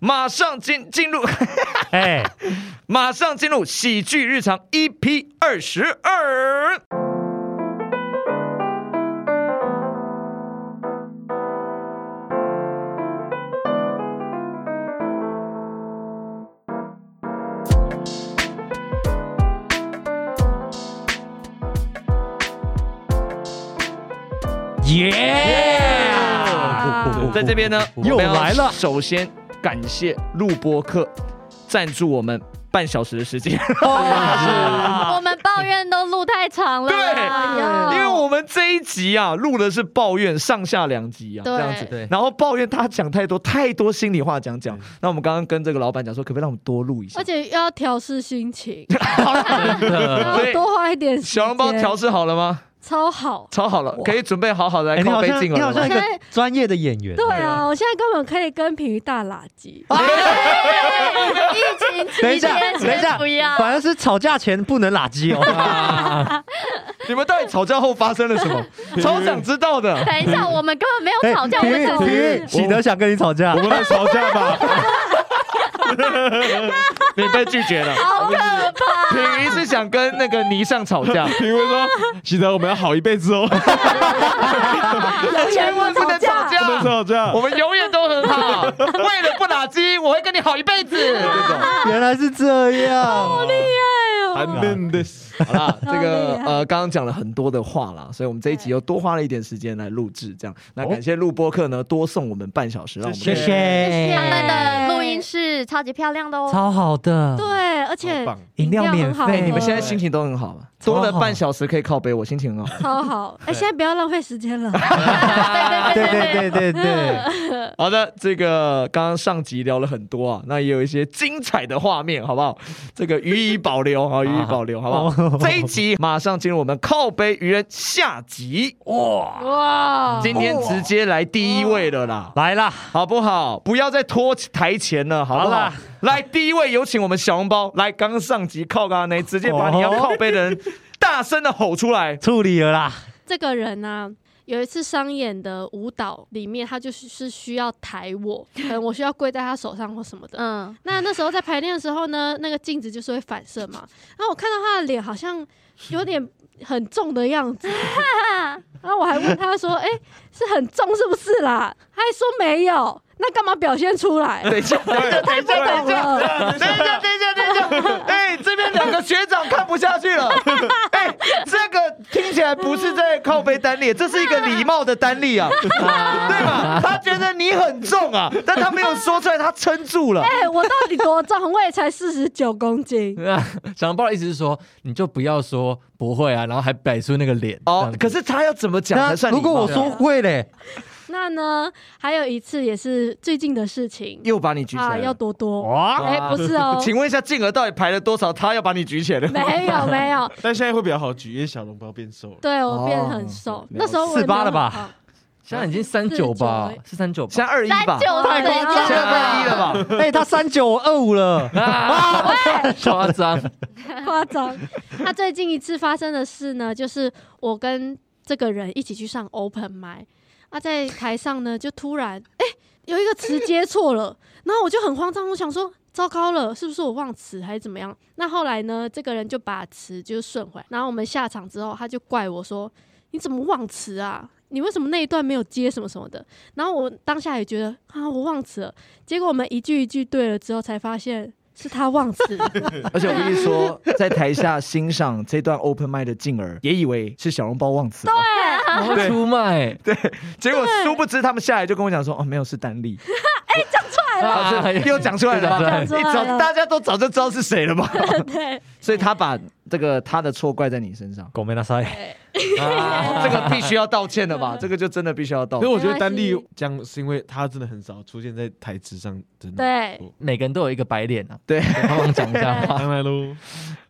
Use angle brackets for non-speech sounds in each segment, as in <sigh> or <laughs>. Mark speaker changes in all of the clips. Speaker 1: 马上进进入， <laughs>
Speaker 2: 哎，
Speaker 1: 马上进入喜剧日常 EP 二十二。
Speaker 2: 耶！
Speaker 1: 在这边呢，
Speaker 3: 哦
Speaker 1: 我们
Speaker 2: 又
Speaker 1: 要
Speaker 2: 来
Speaker 4: <laughs>
Speaker 2: 了
Speaker 1: 首先感谢录播课赞助我们半小时的时间， <laughs>
Speaker 5: 我们抱怨都录太长了啦，
Speaker 1: 对
Speaker 5: 哎呦
Speaker 1: 因为我们这一集啊录的是抱怨上下两集啊，
Speaker 5: 对
Speaker 1: 这样子。
Speaker 3: 对，
Speaker 1: 然后抱怨他讲太多太多心里话讲
Speaker 3: 嗯
Speaker 1: 讲，那我们刚刚跟这个老板讲说，可不可以让我们多录一下
Speaker 5: 而？且要调试
Speaker 1: <laughs>
Speaker 5: 心情，
Speaker 1: 所以
Speaker 5: 要多花一点时间
Speaker 1: 小笼包调试好了吗？
Speaker 5: 超好。
Speaker 1: 超好了，可以准备好好的来
Speaker 3: 哎你
Speaker 1: 靠
Speaker 3: 好
Speaker 1: 背
Speaker 3: 像
Speaker 1: 镜
Speaker 3: 你
Speaker 1: 了
Speaker 3: 好像
Speaker 1: 吗
Speaker 3: 一。个专业的演员，
Speaker 5: 对啊，我现在根本可以跟平鱼大垃
Speaker 1: <laughs>
Speaker 5: 圾。
Speaker 6: 疫情期
Speaker 3: 等一下
Speaker 6: 间
Speaker 3: 等一下
Speaker 6: 先不要，
Speaker 3: 反而是吵架前不能垃圾 <laughs> 哦。
Speaker 1: <laughs> 你们到底吵架后发生了什 <laughs> 么？超想知道的。
Speaker 6: 等一下，我们根本没有吵架，我
Speaker 3: 体
Speaker 6: 们
Speaker 3: 育
Speaker 6: 只
Speaker 3: 体
Speaker 6: 是
Speaker 3: 育，喜德想跟你吵架
Speaker 2: 我，们来吵架吧。
Speaker 1: <laughs> 你被拒绝 <laughs> 了。
Speaker 6: 好可怕。
Speaker 1: 品瑜是想跟那个泥上吵 <laughs> 架，
Speaker 2: 评委说，喜德，我们要好一
Speaker 5: <laughs>
Speaker 2: 辈子哦，
Speaker 1: 千万不能吵
Speaker 2: 不能
Speaker 1: 架。
Speaker 2: 吵架
Speaker 1: 我。们永远都很 <laughs> 好，为了不打击，我会跟你好一辈 <laughs> 子。这种
Speaker 3: <laughs> 原来是这样。
Speaker 5: 哦
Speaker 2: I mean this。
Speaker 1: <laughs> 好啦，这
Speaker 5: 好
Speaker 1: 个
Speaker 5: 厉害
Speaker 1: 呃，刚刚讲了很多的话啦，所以我们这一集又多花了一点时间来录制，这样。那感谢录播客呢，多送我们半小时，让我们
Speaker 2: 谢谢
Speaker 3: 谢
Speaker 6: 他们的录音室超级漂亮的哦。
Speaker 3: 超好的，
Speaker 5: 对，而且
Speaker 2: 好棒
Speaker 3: 饮料免
Speaker 5: 很好喝
Speaker 3: 费。
Speaker 1: 哎你们现在心情都很好吗？多了半小时可以靠背，我心情很好。
Speaker 5: 超好。哎，现在不要浪费时间
Speaker 3: <laughs>
Speaker 5: 了。
Speaker 3: 对对对对对，
Speaker 1: 好的，这个刚刚上集聊了很多啊，那也有一些精彩的画面，好不好？这个予以保留啊，予以保留， <laughs> 好不好？这一集马上进入我们靠背愚人下集，
Speaker 5: 哇，
Speaker 1: 今天直接来第一位了啦，
Speaker 4: 哦
Speaker 3: 来啦，
Speaker 1: 好不好？不要再拖台前了，好不
Speaker 3: 好
Speaker 1: 好
Speaker 3: 啦？
Speaker 1: 来，第一位有请我们小笼包，来，刚刚上集靠咖呢，直接把你要靠背的人大声的吼出来。
Speaker 3: 处理了啦。
Speaker 5: 这个人呢、有一次商演的舞蹈里面，他就是是需要抬
Speaker 3: <laughs>
Speaker 5: 我，可能我需要跪在他手上或什么的。
Speaker 6: 嗯，
Speaker 5: 那那时候在排练的时候呢，那个镜子就是会反射嘛。然后我看到他的脸好像有点很重的样
Speaker 3: <laughs>
Speaker 5: 子，然后我还问他说：“哎、是很重是不是啦？”他还说没有，那干嘛表现出来？
Speaker 1: 等一下，等一下，等一下，等
Speaker 5: 懂
Speaker 1: 一下。
Speaker 5: 了，
Speaker 1: 等一下，等一下，等一下！哎、这边两个学长看不下去了。哎、这个听起来不是在靠背单立，这是一个礼貌的单立啊，对吧？他觉得你很重啊，但他没有说出来，他撑住了。
Speaker 5: 哎、我到底多重？我也才四十九公斤。
Speaker 4: <laughs>
Speaker 1: <laughs>
Speaker 4: 小笼包的意思是说，你就不要说不会啊，然后还摆出那个脸。
Speaker 1: 哦，可
Speaker 4: 是
Speaker 1: 是他要怎么讲才
Speaker 3: 那
Speaker 1: 算礼
Speaker 3: 如
Speaker 1: 貌？啊
Speaker 3: 果我说会嘞，
Speaker 5: 那呢，还有一次也是最近的事情
Speaker 1: 又把你举起
Speaker 5: 啊，
Speaker 1: 来
Speaker 5: 要
Speaker 1: 了，，
Speaker 5: 多多。
Speaker 3: 哇，
Speaker 5: 哎、不是哦
Speaker 1: 请问一下，静儿到底排了多少？他要把你举起来了。
Speaker 5: 没有没有，
Speaker 2: 但现在会比较好举，因为小笼包变瘦了。
Speaker 5: 对我变得
Speaker 1: 哦
Speaker 5: 很瘦，那时候我
Speaker 3: 四八
Speaker 5: 也没有
Speaker 3: 了吧
Speaker 5: 很胖？
Speaker 4: 现在已经三九吧
Speaker 5: 四九，
Speaker 4: 是三九吧？
Speaker 1: 现在二一
Speaker 6: 三
Speaker 1: 吧，
Speaker 5: 哦
Speaker 6: 九
Speaker 3: 太夸
Speaker 5: 啊
Speaker 3: 张
Speaker 1: 现在二一了吧？
Speaker 3: 哎，他三九我二五
Speaker 4: <laughs>
Speaker 3: 了，
Speaker 4: 啊
Speaker 3: <laughs>
Speaker 4: 夸张，
Speaker 5: 夸张。那最近一次发生的事呢，就是我跟这个人一起去上 open 麦，啊，在台上呢就突然哎、有一个词接错了，然后我就很慌张，我想说糟糕了，是不是我忘词还是怎么样？那后来呢，这个人就把词就顺回来，然后我们下场之后，他就怪我说你怎么忘词啊？你为什么那一段没有接什么什么的？然后我当下也觉得啊，我忘词了。结果我们一句一句对了之后，才发现是他忘词。
Speaker 1: 而且我跟你说，在台下欣赏这段 open m i 的静儿，也以为是小笼包忘词了。
Speaker 4: 然后出卖，
Speaker 1: 结果殊不知他们下来就跟我讲说，哦，没有是单 <laughs> 立，
Speaker 4: 啊
Speaker 1: 又讲出来了吧，
Speaker 5: 讲
Speaker 1: 你
Speaker 5: 出来了
Speaker 1: 早大家都早就知道是谁了吧？
Speaker 5: 对，
Speaker 1: <laughs> 所以他把这个他的错怪在你身上，
Speaker 3: 狗没那塞，
Speaker 4: 啊
Speaker 1: 这个必须要道歉的吧？
Speaker 5: <laughs>
Speaker 1: 这个就真的必须要道
Speaker 2: 所以
Speaker 1: 歉。
Speaker 2: 我觉得丹
Speaker 5: 哦没
Speaker 2: 立
Speaker 5: 关
Speaker 2: 这样是因为他真的很少出现在台词上，真的。
Speaker 5: 对
Speaker 2: 多，
Speaker 4: 每个人都有一个白脸啊。
Speaker 5: <laughs>
Speaker 1: 对
Speaker 4: 帮忙讲一下话。
Speaker 2: 当然喽，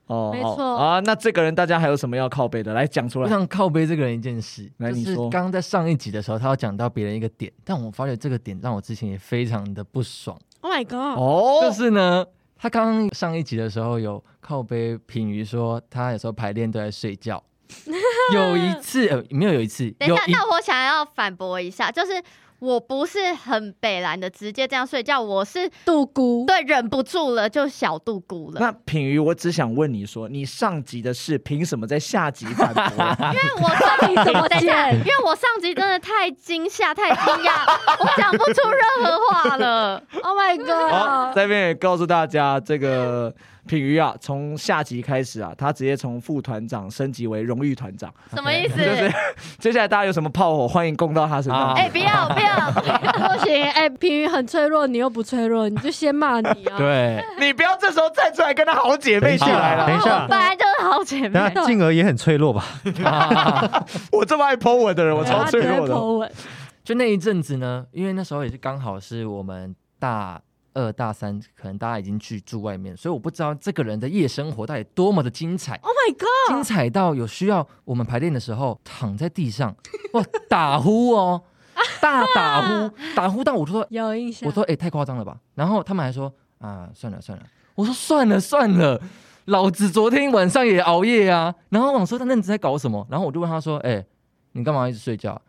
Speaker 1: 哦
Speaker 5: 没
Speaker 1: 好
Speaker 5: 错嗯
Speaker 1: 啊，那这个人大家还有什么要靠背的？来讲出
Speaker 4: 我
Speaker 1: 来。
Speaker 4: 想靠背这个人一件事，
Speaker 1: 来
Speaker 4: 就
Speaker 1: 你
Speaker 4: 是
Speaker 1: 说
Speaker 4: 刚刚在上一集的时候，他有讲到别人一个点，但我发觉这个点让我之前也非常的不爽。
Speaker 5: Oh my god！
Speaker 1: 哦，
Speaker 4: 就是呢，他刚刚上一集的时候有靠背品瑜说，他有时候排练都在睡觉。 <laughs> 有一次，呃，没有有一次，
Speaker 6: <laughs> 等一
Speaker 4: 有
Speaker 6: 下，
Speaker 4: 一
Speaker 6: 那我想要反驳一下，就是我不是很北蓝的，直接这样睡觉，我是
Speaker 5: 杜姑，
Speaker 6: 对忍不住了就小度孤了。
Speaker 1: 那品瑜，我只想问你说，你上集的事凭什么在下集反驳？
Speaker 6: 因为我
Speaker 5: <laughs>
Speaker 6: 上集
Speaker 5: 怎么
Speaker 6: 等一下，
Speaker 5: 见
Speaker 6: 因为我上集真的太惊吓、太惊
Speaker 3: <laughs>
Speaker 6: 讶，我讲不出任何话了。
Speaker 5: ，Oh my <laughs>
Speaker 1: 好，
Speaker 5: god！
Speaker 1: 在这边也告诉大家，这个 <laughs> 品瑜啊，从下集开始啊，他直接从副团长升级为荣誉团长。
Speaker 6: 什么意思？
Speaker 1: 就是 <laughs> 接下来大家有什么炮火，欢迎供到他身上。
Speaker 2: 啊
Speaker 6: 哎、不要不要！
Speaker 5: 不行，哎，平宇很脆弱，你又不脆弱，你就先骂你啊！
Speaker 4: 对，
Speaker 1: 你不要这时候站出来跟他好姐妹起来
Speaker 3: 等
Speaker 1: 了
Speaker 3: 一。下
Speaker 6: 我本来就是好姐妹
Speaker 3: 等。下静儿也很脆弱吧？
Speaker 1: 我这么爱 po 文的人，我
Speaker 5: 对
Speaker 1: 超
Speaker 5: 他
Speaker 1: 脆
Speaker 5: 只
Speaker 1: 弱
Speaker 5: 会
Speaker 1: 的。
Speaker 5: po 文
Speaker 4: 就那一阵子呢，因为那时候也是刚好是我们大二大三，可能大家已经去住外面，所以我不知道这个人的夜生活到底多么的精彩，
Speaker 6: 哦
Speaker 5: ，Oh my
Speaker 4: 精
Speaker 5: god！
Speaker 4: 彩到有需要我们排练的时候躺在地上，哇，打呼哦，大打
Speaker 6: <laughs>
Speaker 4: 呼，打呼到我就说，
Speaker 5: 有印象，
Speaker 4: 我说哎、太夸张了吧，然后他们还说啊算了算了，我说算了算了。老子昨天晚上也熬夜啊，然后我想说他那你在搞什么？然后我就问他说：“哎、你干嘛一直睡觉？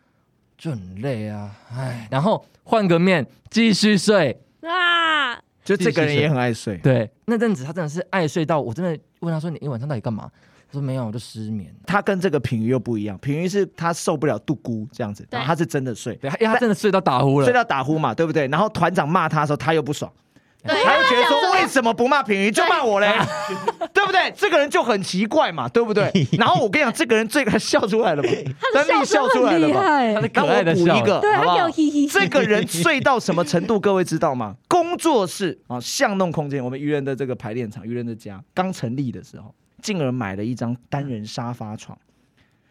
Speaker 4: 就很累啊，哎。”然后换个面继续睡。
Speaker 5: 啊，
Speaker 1: 就这个人也很爱睡。
Speaker 4: 对，那阵子他真的是爱睡到我真的问他说：“你一晚上到底干嘛？”他说：“没有，我就失眠。
Speaker 1: 他跟这个品瑜又不一样，品瑜是他受不了杜姑这样子，然后他是真的睡”，
Speaker 4: 对，因为他真的睡到打呼了
Speaker 1: 睡。到打呼嘛，对不对？然后团长骂他的时候，他又不爽，
Speaker 6: 对
Speaker 1: 他又觉得说
Speaker 6: 他
Speaker 1: 为什么不骂品瑜就骂我嘞， <laughs> 对不对？这个人就很奇怪嘛，对不对？然后我跟你讲，这个人最他笑出来了嘛，
Speaker 5: 他
Speaker 1: 丹
Speaker 5: 笑
Speaker 1: 丽笑
Speaker 5: 声
Speaker 1: 出来
Speaker 5: 很
Speaker 1: 了
Speaker 5: 厉
Speaker 1: 嘛。
Speaker 5: 害
Speaker 4: 他，的可
Speaker 1: 那我
Speaker 4: 爱的
Speaker 1: 补
Speaker 4: 笑
Speaker 1: 一个，
Speaker 5: 对
Speaker 1: 好不
Speaker 5: 他
Speaker 1: 好
Speaker 5: 有？嘻嘻，
Speaker 1: 这个人睡到什么程度，各位知道吗？ <laughs> 工作室啊，巷弄空间，我们愚人的这个排练场，愚人的家刚成立的时候，进而买了一张单人沙发床。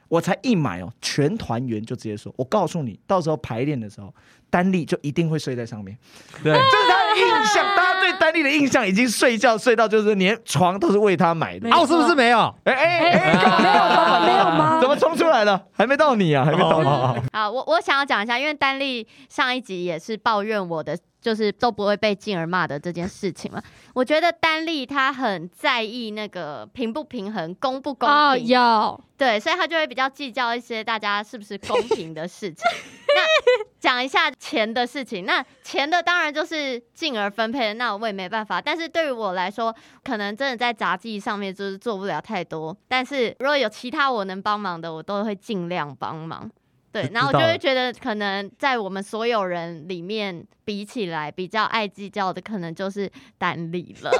Speaker 1: 我才一买哦，全团员就直接说：“我告诉你，到时候排练的时候，丹丽就一定会睡在上面。”
Speaker 4: 对
Speaker 1: 这是他的印象，大家对丹丽的印象已经睡觉睡到就是连床都是为他买的
Speaker 5: 没。
Speaker 3: 哦，是不是没
Speaker 5: <laughs>
Speaker 3: 有？
Speaker 1: 哎哎哎，干嘛
Speaker 5: 没有吗？没有吗？
Speaker 1: 怎么冲出来了？还没到你啊，还没到你。
Speaker 6: 好，我我想要讲一下，因为丹丽上一集也是抱怨我的，就是都不会被静儿骂的这件事情嘛。我觉得丹丽她很在意那个平不平衡、公不公
Speaker 5: 哦，
Speaker 6: 平，
Speaker 5: 有
Speaker 6: 对，所以她就会比较计较一些大家是不是公平的事情。那讲一下钱的事情，那钱的当然就是静儿分配的，那我也没办法。但是对于我来说，可能真的在杂技上面就是做不了太多，但是如果有其他我能帮忙的，我都会尽量帮忙。对
Speaker 4: 知，
Speaker 6: 然后我
Speaker 4: 知
Speaker 6: 就
Speaker 4: 道
Speaker 6: 会
Speaker 4: 了
Speaker 6: 觉得，可能在我们所有人里面比起来，比较爱计较的，可能就是丹丽
Speaker 4: <laughs>
Speaker 6: 了。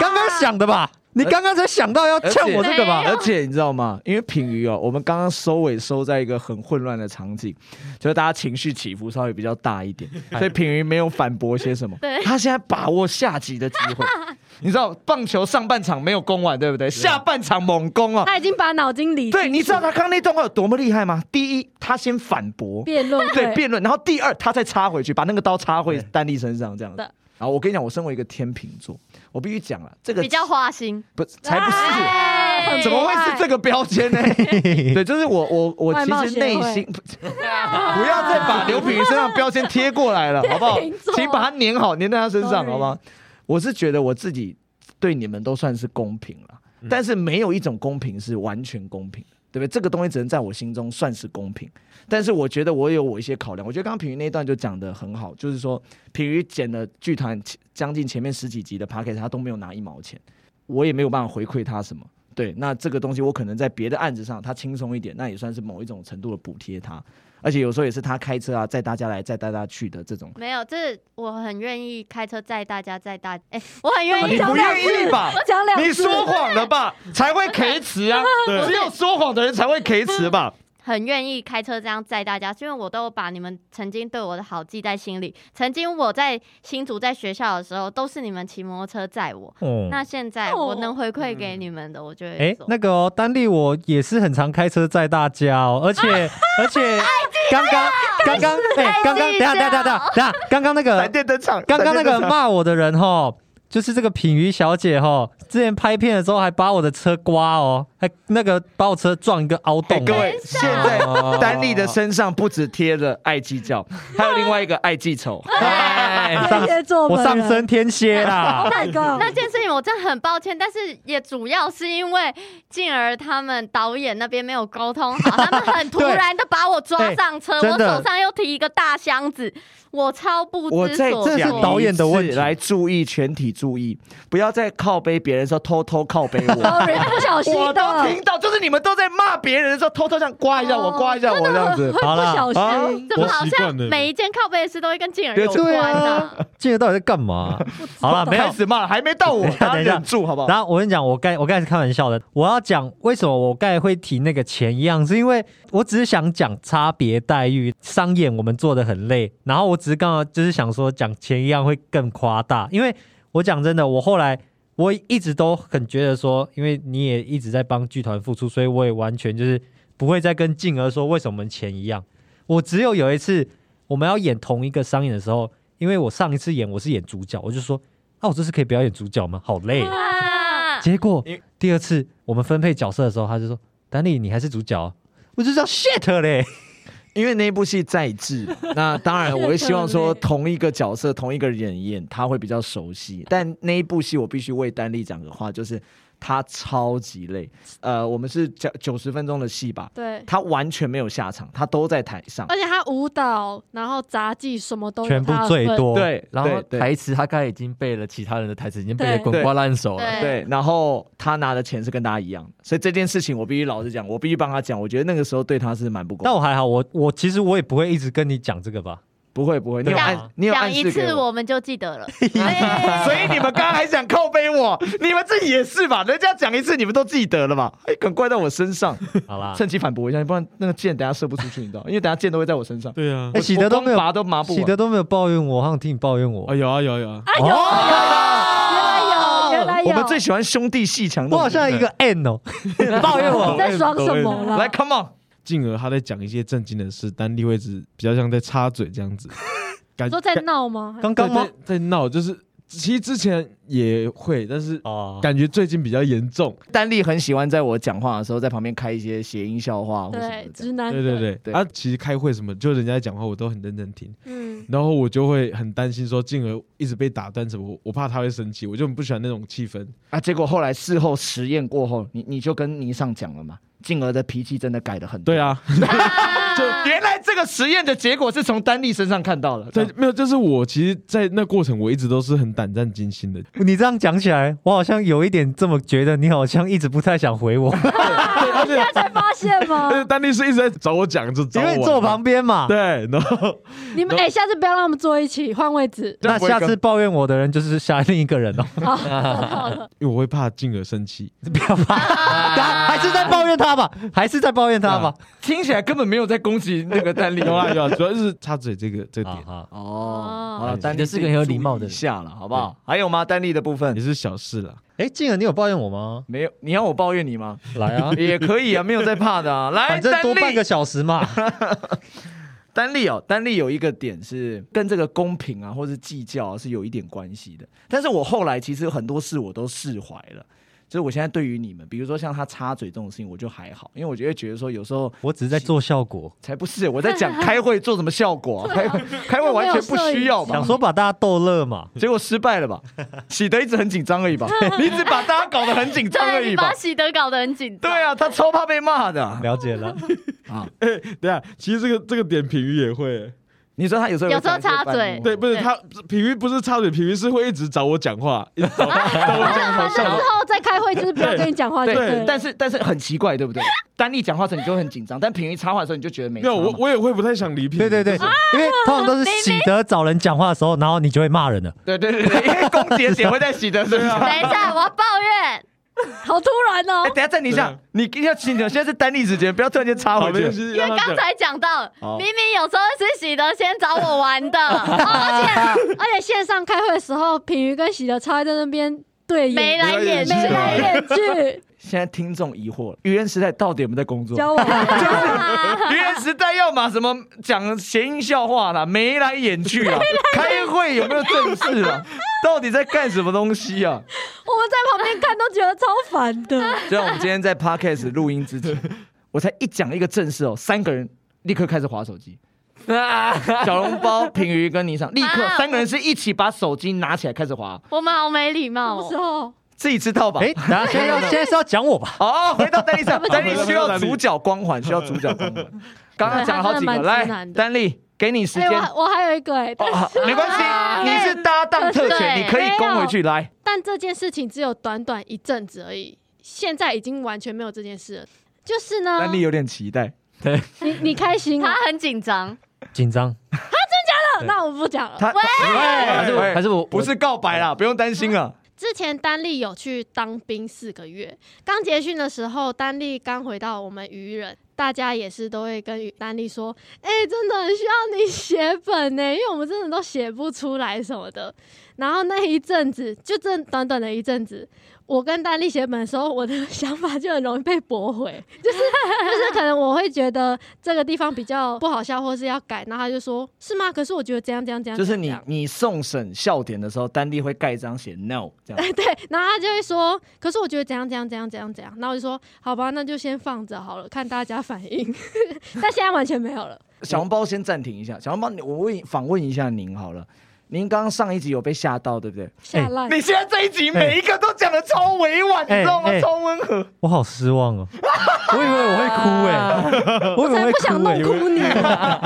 Speaker 3: 刚刚想的吧？你刚刚才想到要呛我这个吧？
Speaker 1: 而且你知道吗？因为品鱼哦，我们刚刚收尾收在一个很混乱的场景，就是大家情绪起伏稍微比较大一点，所以品鱼没有反驳些什么。
Speaker 6: 对
Speaker 1: 他现在把握下集的机会。你知道棒球上半场没有攻完，对不对？下半场猛攻哦。
Speaker 5: 他已经把脑筋理
Speaker 1: 对，
Speaker 5: 清
Speaker 1: 你知道
Speaker 5: 楚
Speaker 1: 他刚刚那段话有多么厉害吗？第一，他先反驳，
Speaker 5: 辩论
Speaker 1: 对
Speaker 5: 会
Speaker 1: 辩论，然后第二他再插回去，把那个刀插回丹丽身上这样子
Speaker 5: 对。
Speaker 1: 然后我跟你讲，我身为一个天秤座，我必须讲了，这个
Speaker 6: 比较花心，
Speaker 1: 不才不是。
Speaker 6: 哎
Speaker 1: 怎么会是这个标签
Speaker 5: <laughs>
Speaker 1: 呢？对，就是我我我
Speaker 5: 外貌
Speaker 1: 其实内心不要再把刘品瑜身上标签贴过来
Speaker 5: <laughs>
Speaker 1: 了，好不好
Speaker 5: 天秤座？
Speaker 1: 请把它粘好，粘在他身上，
Speaker 5: Sorry
Speaker 1: 好吗？我是觉得我自己对你们都算是公平了，但是没有一种公平是完全公平的。对不对？这个东西只能在我心中算是公平，但是我觉得我有我一些考量。我觉得刚刚品瑜那一段就讲的很好，就是说品瑜剪了剧团前将近前面十几集的 p a c k a g e 他都没有拿一毛钱，我也没有办法回馈他什么。对，那这个东西我可能在别的案子上他轻松一点，那也算是某一种程度的补贴他。而且有时候也是他开车啊，载大家来，载大家去的这种。
Speaker 6: 没有，这我很愿意开车载大家载
Speaker 3: 啊
Speaker 6: 大， <laughs> 哎、我很愿
Speaker 1: 你
Speaker 6: 意
Speaker 1: 不
Speaker 6: 载
Speaker 1: 愿意吧？
Speaker 5: 讲两
Speaker 1: 你
Speaker 5: 次
Speaker 1: 说谎了吧？才会 K 词
Speaker 2: <laughs>
Speaker 1: 啊！只有说谎的人才会 K 词吧？
Speaker 6: 很愿意开车这样载大家，是因为我都把你们曾经对我的好记在心里。曾经我在新竹在学校的时候，都是你们骑摩托车载我。
Speaker 3: 哦，
Speaker 6: 那现在
Speaker 5: 哦
Speaker 6: 我能回馈给你们的，我就会
Speaker 3: 哎
Speaker 6: 做。，
Speaker 3: 那个哦，丹丽我也是很常开车载大家哦， <laughs> 而且而且刚刚刚 <laughs> 刚哎刚刚等一下等一下等一下等一下刚刚那
Speaker 2: 呃
Speaker 3: 个
Speaker 1: 闪电登场，
Speaker 3: 刚刚
Speaker 1: 闪
Speaker 3: 那个
Speaker 1: 电登场
Speaker 3: 骂我的哦人哈，就是这个品瑜小姐哈，之前拍片的时候还把我的车刮哦，还那个把我车撞一个凹
Speaker 1: 哎、
Speaker 3: 洞。哦
Speaker 1: 各位，现在
Speaker 2: 哦
Speaker 1: 丹尼的身上不止贴着爱计较，还有另外一个爱记仇。
Speaker 3: <laughs> 哎
Speaker 5: 天蝎座
Speaker 3: 我
Speaker 5: 本人
Speaker 3: 上升天蝎啦 <laughs>
Speaker 5: Oh，
Speaker 1: <laughs>
Speaker 5: my god！
Speaker 6: 那件事情我真的很抱歉，但是也主要是因为进而他们导演那边没有沟通好，他们很突然的把我抓上车，
Speaker 3: 对
Speaker 6: 我
Speaker 3: 真的
Speaker 6: 手上又提一个大箱子，我超不
Speaker 1: 我
Speaker 6: 知
Speaker 1: 再
Speaker 6: 所
Speaker 1: 讲
Speaker 3: 是导
Speaker 6: 措。
Speaker 3: 演的问题
Speaker 1: 一次来注意全体注意，不要再靠背别人的时候偷偷靠背我。
Speaker 5: sorry，不小心
Speaker 1: 我都
Speaker 5: 的，
Speaker 1: 听到，就是你们都在骂别人的时候，偷偷这样刮一下我，
Speaker 6: 哦
Speaker 1: 刮一下我这样子。
Speaker 5: <laughs>
Speaker 3: 好
Speaker 5: 不
Speaker 3: 啦，
Speaker 5: 小心
Speaker 1: 啊。
Speaker 6: 怎么好
Speaker 2: 我习
Speaker 6: 像
Speaker 2: 惯了
Speaker 6: 每一件靠背的事都会跟进而有关呢、
Speaker 3: <laughs> 进来到底在干嘛？好啦，没有
Speaker 1: 开。始骂了，还没到 <laughs> 我，大家
Speaker 3: 等一下
Speaker 1: 忍住好不好？
Speaker 3: 然后我跟你讲，我刚我刚才是开玩笑的。我要讲为什么我刚才会提那个钱一样，是因为我只是想讲差别待遇。商演我们做的很累，然后我只是刚好就是想说讲钱一样会更夸大，因为我讲真的，我后来我一直都很觉得说，因为你也一直在帮剧团付出，所以我也完全就是不会再跟静儿说为什么我们钱一样。我只有有一次我们要演同一个商演的时候，因为我上一次演我是演主角，我就说。啊，我这次可以不要演主角吗？好累。
Speaker 6: 啊
Speaker 3: <laughs> 结果
Speaker 1: 因为
Speaker 3: 第二次我们分配角色的时候，他就说：“丹尼，你还是主角哦。”我就知道 shit 嘞，
Speaker 1: 因为那部戏在制，那当然我会希望说同一个角色、同一个人演，他会比较熟悉。但那一部戏我必须为丹丽讲个话，就是他超级累。呃，我们是九九十分钟的戏吧，
Speaker 5: 对，
Speaker 1: 他完全没有下场，他都在台上。哦
Speaker 5: 而且他舞蹈，然后杂技什么都有
Speaker 3: 全部
Speaker 5: 他的
Speaker 3: 最
Speaker 5: 份
Speaker 3: 多。，
Speaker 1: 对，
Speaker 4: 然后
Speaker 1: 对对
Speaker 4: 台词他刚才已经背了其他人的台词，已经背得
Speaker 5: 对
Speaker 4: 滚瓜烂熟了。
Speaker 6: 对
Speaker 1: 对，然后他拿的钱是跟大家一样，所以这件事情我必须老实讲，我必须帮他讲。我觉得那个时候对他是蛮不公
Speaker 3: 但我
Speaker 1: 平。
Speaker 3: 还好，我我其实我也不会一直跟你讲这个吧。
Speaker 1: 不会不会，你有
Speaker 3: 对啊
Speaker 1: 暗你有
Speaker 6: 讲
Speaker 1: 暗
Speaker 6: 一
Speaker 1: 示给
Speaker 6: 次
Speaker 1: 我。
Speaker 6: 我啊们就记
Speaker 1: <laughs>
Speaker 6: 得了，哎
Speaker 1: 所以你们刚刚还想靠背我，你们自己也是吧？人家讲一次，你们都记得了吧？哎，可能怪到我身
Speaker 3: <laughs>
Speaker 1: 上，<laughs>
Speaker 3: 好啦，
Speaker 1: 趁机反驳一下，不然那个箭等下射不出去，你知道？因为等下箭都会在我身上。
Speaker 2: 对啊
Speaker 3: 哎，喜德都没有
Speaker 1: 我光拔都麻啊哎不完
Speaker 3: 喜德都没有抱怨我，好想听你抱怨我
Speaker 2: 啊。有啊有啊有啊，
Speaker 5: 哎呦，原
Speaker 6: 哎
Speaker 5: 来有，原来有，
Speaker 1: 我们最喜欢兄弟戏强的。
Speaker 3: 我好像一个 N 哦，
Speaker 4: <laughs>
Speaker 3: 抱怨
Speaker 5: 你
Speaker 3: 我。
Speaker 5: 在爽什么啦？
Speaker 1: 来，come on，
Speaker 2: 进而他在讲一些正经的事，丹立会只比较像在插嘴这样
Speaker 5: <laughs>
Speaker 2: 子，感
Speaker 5: 你说在闹吗？
Speaker 3: 刚刚
Speaker 2: 刚
Speaker 3: 吗
Speaker 2: 在？在闹，就是其实之前也会，但是
Speaker 3: 哦，
Speaker 2: 感觉最近比较严重。
Speaker 1: 丹丽很喜欢在我讲话的时候，在旁边开一些谐音笑话或什么
Speaker 5: 对，
Speaker 1: 的。
Speaker 5: 直男，
Speaker 2: 对对，对，
Speaker 1: 对
Speaker 2: 啊，其实开会什么，就人家在讲话，我都很认真听，
Speaker 5: 嗯，
Speaker 2: 然后我就会很担心说，进而一直被打断什么，我我怕他会生气，我就很不喜欢那种气氛。
Speaker 1: 啊，结果后来事后实验过后，你你就跟倪尚讲了嘛，静儿的脾气真的改的很多。
Speaker 2: 对 <laughs> 啊，
Speaker 1: 就原来这个实验的结果是从丹丽身上看到的。
Speaker 2: 对，没有，就是我其实，在那过程我一直都是很胆战心惊的，
Speaker 3: 你这样讲起来，我好像有一点这么觉得，你好像一直不太想
Speaker 1: <laughs>
Speaker 3: 回我，
Speaker 2: 而且
Speaker 5: 现在才发现吗
Speaker 2: 而？且 <laughs> 丹尼是一直在找我讲，就找
Speaker 3: 啊
Speaker 1: 啊
Speaker 3: 因
Speaker 2: 我
Speaker 3: 为你坐我旁边嘛。
Speaker 2: 对，然后
Speaker 5: <laughs> 你们哎，下次不要让他们坐一起，换位置。
Speaker 3: 那
Speaker 1: 这不会
Speaker 3: 下
Speaker 1: 跟
Speaker 3: 次抱怨我的人就是下另一个
Speaker 1: <laughs>
Speaker 3: 人哦，
Speaker 5: 好了，
Speaker 2: 因为我会怕进而生气，
Speaker 3: 不要怕，啊还是在抱怨他吧，还是在抱怨他吧。
Speaker 1: 听起来根本没有在攻击那个
Speaker 3: <laughs>
Speaker 1: 丹丽。
Speaker 2: <laughs> 有啊有 <laughs> 啊啊，主要就是插嘴这个这个点。
Speaker 3: 哦好，
Speaker 1: 哦，啊好
Speaker 5: 哦
Speaker 1: 了，丹
Speaker 4: 你
Speaker 1: 丽
Speaker 4: 是个很有礼貌的人
Speaker 1: 注意一下了，好不好？还有吗？丹丽的部分
Speaker 2: 也是小事啦，
Speaker 3: 哎，静儿，你有抱怨我吗？
Speaker 1: 没有，你要我抱怨你吗？，
Speaker 3: 来啊
Speaker 1: <laughs> 也可以啊，没有在怕的啊。来，
Speaker 3: 反正多
Speaker 1: 丹
Speaker 3: 半
Speaker 1: 丽
Speaker 3: 个小时嘛。
Speaker 1: 丹丽哦，丹丽有一个点是跟这个公平啊，或是计较、啊、是有一点关系的。但是我后来其实很多事我都释怀了，就是我现在对于你们，比如说像他插嘴这种事情，我就还好，因为我就会觉得说有时候
Speaker 3: <laughs> 我只是在做
Speaker 1: <laughs>
Speaker 3: 效果，
Speaker 1: 才不是我在讲开会做什么效果、
Speaker 6: <laughs>
Speaker 1: 啊，开会开会完全不需要
Speaker 5: 有没有摄影
Speaker 3: 想
Speaker 1: 吧。
Speaker 3: 说把大家逗乐嘛。
Speaker 1: 结果失败了
Speaker 6: <laughs>
Speaker 1: 吧？喜德一直很紧张而已吧？你只把大家搞得很 <laughs> 紧张而
Speaker 6: 对，
Speaker 1: 已
Speaker 6: 你
Speaker 1: 吧
Speaker 6: 把？喜德搞得很紧张。
Speaker 1: 对啊，他超怕被骂的啊、
Speaker 3: 了解了，
Speaker 2: <laughs> 对啊，其实这个这个点评语也会、
Speaker 1: 你说他有时候也会
Speaker 6: 有时候
Speaker 1: 讲一些
Speaker 6: 插
Speaker 1: 白目
Speaker 6: 嘴 <laughs>
Speaker 2: 对，不是
Speaker 6: 对
Speaker 2: 他评语不是插嘴，评语是会一直找我讲
Speaker 6: <laughs>
Speaker 2: 话，一直找找我讲
Speaker 5: 反
Speaker 2: 好
Speaker 5: 正
Speaker 2: 笑
Speaker 5: 之
Speaker 2: 的。
Speaker 5: 后再开会就是不要跟你
Speaker 2: 啊
Speaker 5: 讲话就
Speaker 1: 对
Speaker 5: 了，。
Speaker 1: 但是但是很奇怪，对不对？ <laughs> 丹丽讲话的时候你就会很紧张，但平一插话的时候你就觉得没
Speaker 2: 没有，
Speaker 1: 差嘛
Speaker 2: 我我也会不太想理评语。
Speaker 3: 对对对，
Speaker 2: 就是
Speaker 3: 因为通常都是喜德找人讲话的时候，然后你就会骂人了。
Speaker 1: 对对对对，因为公姐姐会在喜德
Speaker 2: <laughs>
Speaker 1: 身上。
Speaker 2: 啊
Speaker 6: 等一下，我要抱怨。
Speaker 5: 好突然哦
Speaker 1: <laughs> 哎，，等一下暂停一
Speaker 2: 对
Speaker 1: 下
Speaker 2: 啊，
Speaker 1: 你要请讲，现在是丹丽时间，不要突然间插
Speaker 2: 好
Speaker 1: 回
Speaker 2: 没关
Speaker 1: 去。
Speaker 2: 系，
Speaker 6: 因为
Speaker 2: 让他
Speaker 6: 刚
Speaker 2: 讲
Speaker 6: 才讲到，
Speaker 1: 好
Speaker 6: 明明有时候是喜德先找我玩
Speaker 1: <laughs>
Speaker 6: 的，而且
Speaker 5: 而且线上开会的时候，品瑜跟喜德超爱在那边对
Speaker 6: 眉
Speaker 5: 眼，
Speaker 6: 来
Speaker 1: <laughs>
Speaker 6: 眼去，
Speaker 5: 眉来眼去，
Speaker 1: 现在听众疑惑了，愚人时代到底有没有啊在工作？
Speaker 5: 教我。
Speaker 1: 愚人时代要嘛什么讲谐音笑话啦， <laughs> 眉来眼去啊，开会有没有正事啊？到底在干什么东西啊？
Speaker 5: 我们在旁边边看都觉得超烦的。
Speaker 1: 就像我们今天在 <laughs> podcast 录音之前，我才一讲一个正事哦，三个人立刻开始划手 <laughs> 机。小笼包、平鱼跟 <laughs> 霓裳立刻
Speaker 6: 啊
Speaker 1: 三个人是一起把手机拿起来开始划，
Speaker 6: 我们好没礼
Speaker 5: 什
Speaker 6: 貌
Speaker 5: 么时
Speaker 6: 哦。
Speaker 5: 候？
Speaker 1: 自己知道吧？
Speaker 3: 哎，等下现在要现在是要讲我吧？
Speaker 1: 哦，回到丹 <laughs> 丽上，丹丽
Speaker 2: 回到
Speaker 1: 需
Speaker 2: 丹
Speaker 1: 要
Speaker 2: 丽
Speaker 1: 主角光环，需要主角光环。 <laughs> 刚刚讲了好几个，
Speaker 5: 对他真的蛮直
Speaker 1: 来
Speaker 5: 男，的
Speaker 1: 丹丽给你时
Speaker 5: 哎、
Speaker 1: 间，
Speaker 5: 我还我还有一个哎、但 <laughs>
Speaker 1: 哦没关
Speaker 6: 啊
Speaker 1: 系，你是搭档特权，
Speaker 6: 对
Speaker 1: 你可以攻回去。来，
Speaker 5: 但这件事情只有短短一阵子而已，现在已经完全没有这件事了。就是呢，
Speaker 1: 丹丽
Speaker 5: 你
Speaker 1: 有点期待。
Speaker 5: 你开心啊
Speaker 6: 他？很紧张，
Speaker 3: 紧张，对
Speaker 5: 那我不讲了。
Speaker 1: 他
Speaker 4: 还是我还哎是我
Speaker 1: 不是告白啦，不用担心了。
Speaker 5: 之前丹丽有去当兵四个月，刚结训的时候，丹丽刚回到我们渔人，大家也是都会跟丹丽说：“哎、真的很需要你写本呢、因为我们真的都写不出来什么的。” <laughs> 然后那一阵子，就这短短的一阵子，我跟丹丽写本的时候，我的想法就很容易被驳回， <laughs> 就是就是可能我会觉得这个地方比较不好笑，或是要改，然后他就说：“是吗？可是我觉得这样这样这样。
Speaker 1: 就
Speaker 5: 这
Speaker 1: 是
Speaker 5: 样”这
Speaker 1: 你
Speaker 5: 样
Speaker 1: 你送审笑点的时候，丹丽会盖章写 no 这样。
Speaker 5: <laughs> 对，然后他就会说，可是我觉得怎样怎样怎样怎样怎样，然后我就说，好吧，那就先放着好了，看大家反应。 <laughs> 但现在完全没有了，
Speaker 1: 小笼包先暂停一下，小笼包，你我问访问一下您好了。您刚刚上一集有被吓到，对不对？
Speaker 5: 下烂。
Speaker 1: 你现在这一集每一个都讲的超委婉，你
Speaker 3: 哎
Speaker 1: 知道吗？
Speaker 3: 哎
Speaker 1: 超温和。
Speaker 3: 我好失望哦，我以为我会哭哎， <laughs> 我以为
Speaker 5: 才
Speaker 3: 我会
Speaker 5: 不想
Speaker 3: 哭
Speaker 5: 弄
Speaker 3: 哎，
Speaker 5: 哭
Speaker 3: <laughs>
Speaker 5: 你，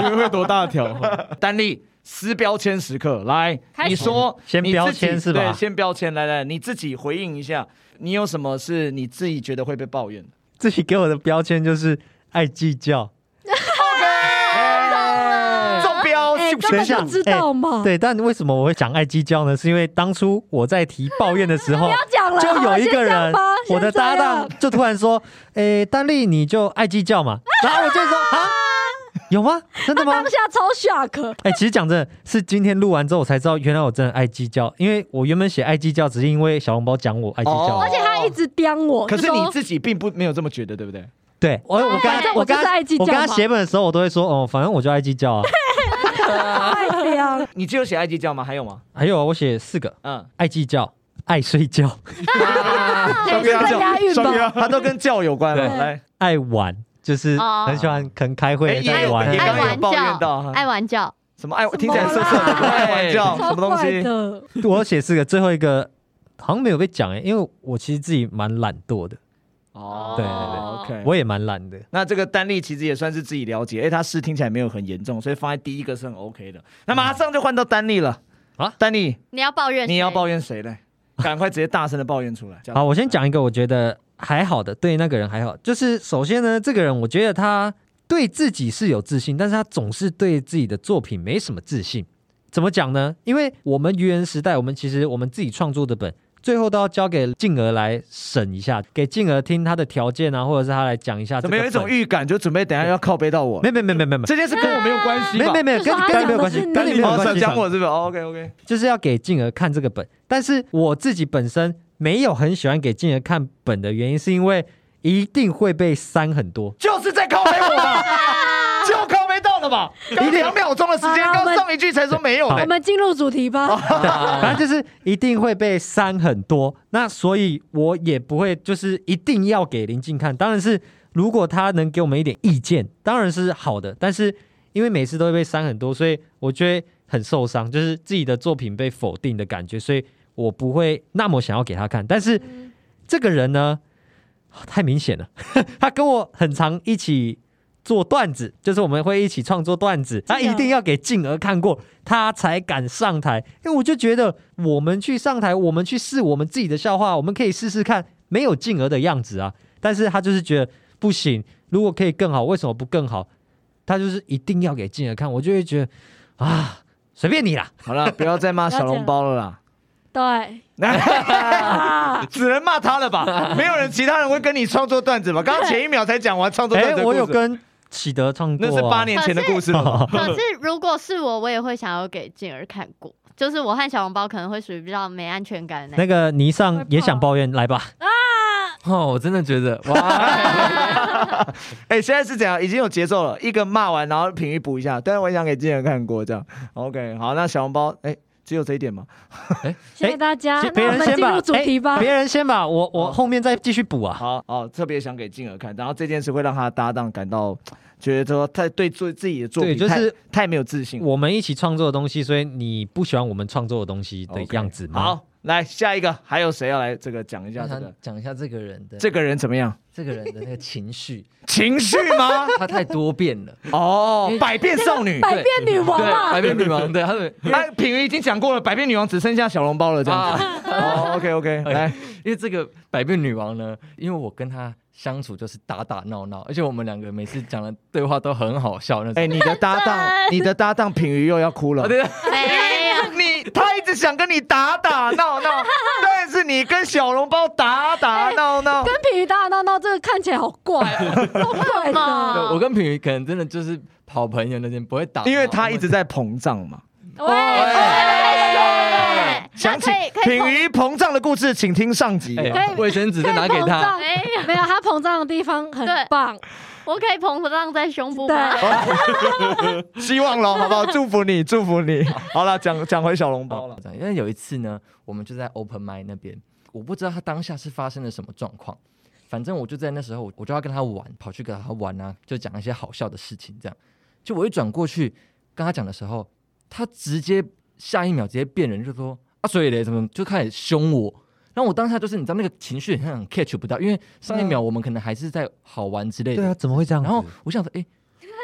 Speaker 2: 你们会多大条？
Speaker 1: <laughs> 丹丽撕标签时刻，来，
Speaker 5: 开始
Speaker 1: 你说
Speaker 3: 先
Speaker 1: 你自己
Speaker 3: 标签是吧
Speaker 1: 对，先标签，来来，你自己回应一下，你有什么是你自己觉得会被抱怨的？
Speaker 3: 自己给我的标签就是爱计较。
Speaker 1: 中标
Speaker 5: 哎、
Speaker 1: 是不
Speaker 5: 根
Speaker 1: 是？
Speaker 5: 本就知道嘛。
Speaker 3: 对，但为什么我会讲爱计较呢？是因为当初我在提抱怨的时
Speaker 5: <laughs>
Speaker 3: 候，
Speaker 5: 讲了，
Speaker 3: 就有一个
Speaker 5: 好
Speaker 3: 人
Speaker 5: 吧，
Speaker 3: 我的搭档，就突然说：“诶，丹丽，你就爱计较嘛。”然后我就说：“啊，有吗？真的
Speaker 5: 先这样吧
Speaker 3: 吗
Speaker 5: 当下超 shock，？”
Speaker 3: 哎、其实讲真的，是今天录完之后我才知道，原来我真的爱计较。因为我原本写爱计较，只是因为小笼包讲我爱计较。啊
Speaker 1: 哦
Speaker 5: 而且他一直刁我，
Speaker 1: 可是
Speaker 5: 就
Speaker 1: 你
Speaker 5: 说哎
Speaker 1: 自己并不没有这么觉得，对不对？
Speaker 3: 对，我我刚
Speaker 5: 反正我
Speaker 3: 我
Speaker 5: 就是
Speaker 3: 刚
Speaker 5: 爱计较
Speaker 3: 我刚
Speaker 5: 嘛
Speaker 3: 写本的时候，我都会说：“哦，反正我就爱计较啊。 <laughs>
Speaker 5: 太刁，
Speaker 1: 你只有写爱计较吗？还有吗？”
Speaker 3: 还有啊，我写四个
Speaker 1: 嗯，
Speaker 3: 爱计较，爱睡觉，
Speaker 5: 也是在押韵吧？
Speaker 1: 它都跟教有关了。
Speaker 5: 对
Speaker 1: 来，
Speaker 3: 爱玩，就是
Speaker 6: 哦
Speaker 3: 很喜欢可能开会
Speaker 1: 哎也
Speaker 3: 在
Speaker 1: 有
Speaker 3: 玩
Speaker 1: 也
Speaker 3: 啊。
Speaker 6: 爱
Speaker 1: 刚刚有
Speaker 6: 玩
Speaker 1: 抱怨到
Speaker 6: 教
Speaker 1: 哈，
Speaker 6: 爱玩教，
Speaker 1: 什么爱
Speaker 5: 么
Speaker 1: 听起来色色的，
Speaker 4: 啦
Speaker 1: 爱玩教什
Speaker 5: 超
Speaker 1: 么东
Speaker 5: 怪
Speaker 1: 西？
Speaker 5: 的，
Speaker 3: 我写四个，最后一个好像没有被讲哎、因为我其实自己蛮懒惰的，对
Speaker 1: 哦，
Speaker 6: 对
Speaker 1: OK。
Speaker 3: 我也蛮懒的。
Speaker 1: 那这个单例其实也算是自己了解，哎，他事听起来没有很严重，所以放在第一个是很 OK 的。那马上就换到单例了
Speaker 3: 啊
Speaker 1: 单例，
Speaker 6: 你要抱怨谁，
Speaker 1: 你要抱怨谁嘞？赶快直接大声的抱怨出来。这样
Speaker 3: 好，我先讲一个我觉得还好的，对那个人还好。就是首先呢，这个人我觉得他对自己是有自信，但是他总是对自己的作品没什么自信。怎么讲呢？因为我们愚人时代，我们其实我们自己创作的本，最后都要交给静儿来审一下，给静儿听他的条件啊，或者是他来讲一下这
Speaker 1: 怎么
Speaker 3: 个
Speaker 1: 有
Speaker 3: 本。
Speaker 1: 一种预感，就准备等一下要靠背到我？
Speaker 3: 没有没有没有没有没有
Speaker 1: 这件事跟我没有关系吧？
Speaker 3: 没有没有没有
Speaker 5: 就
Speaker 3: 跟
Speaker 5: 是他
Speaker 3: 跟你没
Speaker 5: 讲
Speaker 3: 有
Speaker 5: 的
Speaker 3: 关
Speaker 5: 是
Speaker 3: 系，跟你没有
Speaker 1: 哦
Speaker 3: 关
Speaker 1: 想
Speaker 3: 系。
Speaker 1: 讲我是不是？OK OK，
Speaker 3: 就是要给静儿看这个本，但是我自己本身没有很喜欢给静儿看本的原因，是因为一定会被删很多。
Speaker 1: 就是在靠背我
Speaker 5: <laughs>
Speaker 1: 吧，就靠背到了吧？刚两秒钟的时间，
Speaker 5: 好
Speaker 1: 刚
Speaker 5: 我们
Speaker 1: 上一句才说没有
Speaker 5: 我
Speaker 1: 嘞。
Speaker 5: 们进入主题吧。
Speaker 1: 哎
Speaker 3: 反正就是一定会被删很多。那所以我也不会就是一定要给林静看，当然是如果他能给我们一点意见，当然是好的。但是因为每次都会被删很多，所以我觉得很受伤，就是自己的作品被否定的感觉，所以我不会那么想要给他看。但是这个人呢，哦太明显了， <laughs> 他跟我很常一起。做段子就是我们会一起创作段子，
Speaker 1: 啊
Speaker 3: 他
Speaker 5: 静儿
Speaker 3: 一定要给静儿看过，他才敢上台。因为我就觉得我们去上台，我们去试我们自己的笑话，我们可以试试看没有静儿的样子啊。但是他就是觉得不行，如果可以更好，为什么不更好？他就是一定要给静儿看，我就会觉得啊，随便你啦。
Speaker 1: 好了，不要再骂小笼包了啦。
Speaker 5: 对，
Speaker 1: <laughs> 只能骂他了吧？没有人，其他人会跟你创作段子吧？刚刚前一秒才讲完创作
Speaker 3: 哎、
Speaker 1: 段子的故
Speaker 3: 我
Speaker 1: 事，
Speaker 3: 有跟启德唱过、
Speaker 1: 那
Speaker 3: 啊，
Speaker 1: 是八年前的故事了 <laughs> 吧。
Speaker 6: 可是如果是我，我也会想要给静儿看过。就是我和小笼包可能会属于比较没安全感的那
Speaker 3: 那
Speaker 6: 一
Speaker 3: 个霓裳也想抱怨，来吧。
Speaker 4: 哦，我真的觉得哇，
Speaker 1: 哎、现在是怎样？已经有节奏了，一个骂完，然后品语补一下。但是我也想给今人看过这样。OK，好，那小笼包，哎、只有这一点吗？
Speaker 5: 谢谢大家。
Speaker 3: 哎别
Speaker 5: 啊那我
Speaker 3: 人
Speaker 5: 们
Speaker 3: 先
Speaker 5: 进
Speaker 3: 把哎
Speaker 5: 入主题吧。
Speaker 3: 别人先把我我
Speaker 1: 好
Speaker 3: 后面再继续补啊。
Speaker 1: 好哦，特别想给静儿看，然后这件事会让他的搭档感到觉得说他对自自己的作品
Speaker 3: 对就是
Speaker 1: 太太没有自信了。
Speaker 3: 我们一起创作的东西，所以你不喜欢我们创作的东西的
Speaker 1: OK，
Speaker 3: 样子吗？
Speaker 1: 好，来下一个，还有谁要来这个讲一下
Speaker 4: 让
Speaker 1: 这
Speaker 4: 他
Speaker 1: 个？
Speaker 4: 讲一下这个人的
Speaker 1: 这个人怎么样？
Speaker 4: 这个人的那个情绪，
Speaker 1: 情绪吗？
Speaker 4: 他太多变了。
Speaker 1: 哦，百变少女。
Speaker 5: 百变女王
Speaker 4: 对，<laughs>
Speaker 5: 啊
Speaker 4: 百，变女王，对， <laughs> 他的，
Speaker 1: 哎，品瑜已经讲过了，百变女王只剩下小笼包了，这样子。哦，OK
Speaker 4: <laughs>
Speaker 1: OK，
Speaker 4: 哎
Speaker 1: 来，
Speaker 4: 因为这个百变女王呢，因为我跟她相处就是打打闹闹，而且我们两个每次讲的对话都很好笑那种。
Speaker 1: 哎，你的搭档，你的搭档品瑜又要哭了
Speaker 3: 哦
Speaker 4: 啊，。对，
Speaker 6: 没有，
Speaker 1: 你他一直想跟你打打闹闹，但是你跟小笼包打打闹闹。
Speaker 5: 跟品鱼打打闹闹，这个看起来好怪哦，超怪
Speaker 4: <laughs>
Speaker 5: 的。
Speaker 6: 嘛
Speaker 4: 我跟品瑜可能真的就是好朋友那间，不会打闹，
Speaker 1: 因为他一直在膨胀嘛。
Speaker 4: 哎
Speaker 6: 哎
Speaker 1: 想起
Speaker 6: 那可以可以
Speaker 1: 品瑜膨胀的故事，请听上集。
Speaker 4: 哎，卫生纸再拿给
Speaker 5: 膨
Speaker 4: 他，
Speaker 5: 胀
Speaker 6: 没有，
Speaker 5: 没有，他膨胀的地方很
Speaker 6: 对
Speaker 5: 棒，
Speaker 6: 哎我可以膨胀在胸部吗？
Speaker 1: 哦
Speaker 5: 对，
Speaker 1: 希望
Speaker 6: 哎
Speaker 1: 喽，好不好？祝福你，祝福你。 <laughs> 好了，讲讲回小笼包了。
Speaker 4: 因为有一次呢，我们就在 open m i 那边，我不知道他当下是发生了什么状况，反正我就在那时候，我就要跟他玩，跑去跟他玩啊，就讲一些好笑的事情，这样。就我一转过去跟他讲的时候，他直接下一秒直接变人，就说啊，所以嘞，怎么就开始凶我？然后我当下就是你知道那个情绪很想 catch 不到，因为上一秒我们可能还是在好玩之类的，
Speaker 3: 嗯对啊，怎么会这样子？
Speaker 4: 然后我想说，哎、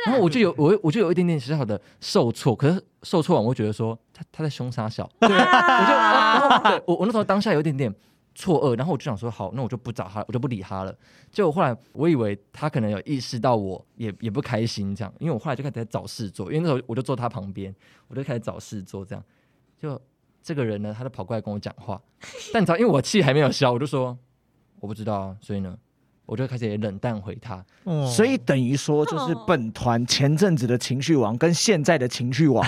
Speaker 4: 然后我
Speaker 3: <laughs>
Speaker 4: 就有我我就有一点点小小的受挫，可是受挫完我会觉得说他他在凶杀
Speaker 3: <laughs>
Speaker 4: 小，对，我就
Speaker 3: 啊
Speaker 4: 然后对我我那时候当下有一点点错愕，然后我就想说好，那我就不找他，我就不理他了。结果后来我以为他可能有意识到我也也不开心这样，因为我后来就开始在找事做，因为那时候我就坐他旁边，我就开始找事做这样。就这个人呢，他就跑过来跟我讲话，但你知道，因为我气还没有消，我就说我不知道啊，所以呢，我就开始也冷淡回他。
Speaker 3: 嗯
Speaker 1: 所以等于说，就是
Speaker 6: 哦
Speaker 1: 本团前阵子的情绪王跟现在的情绪王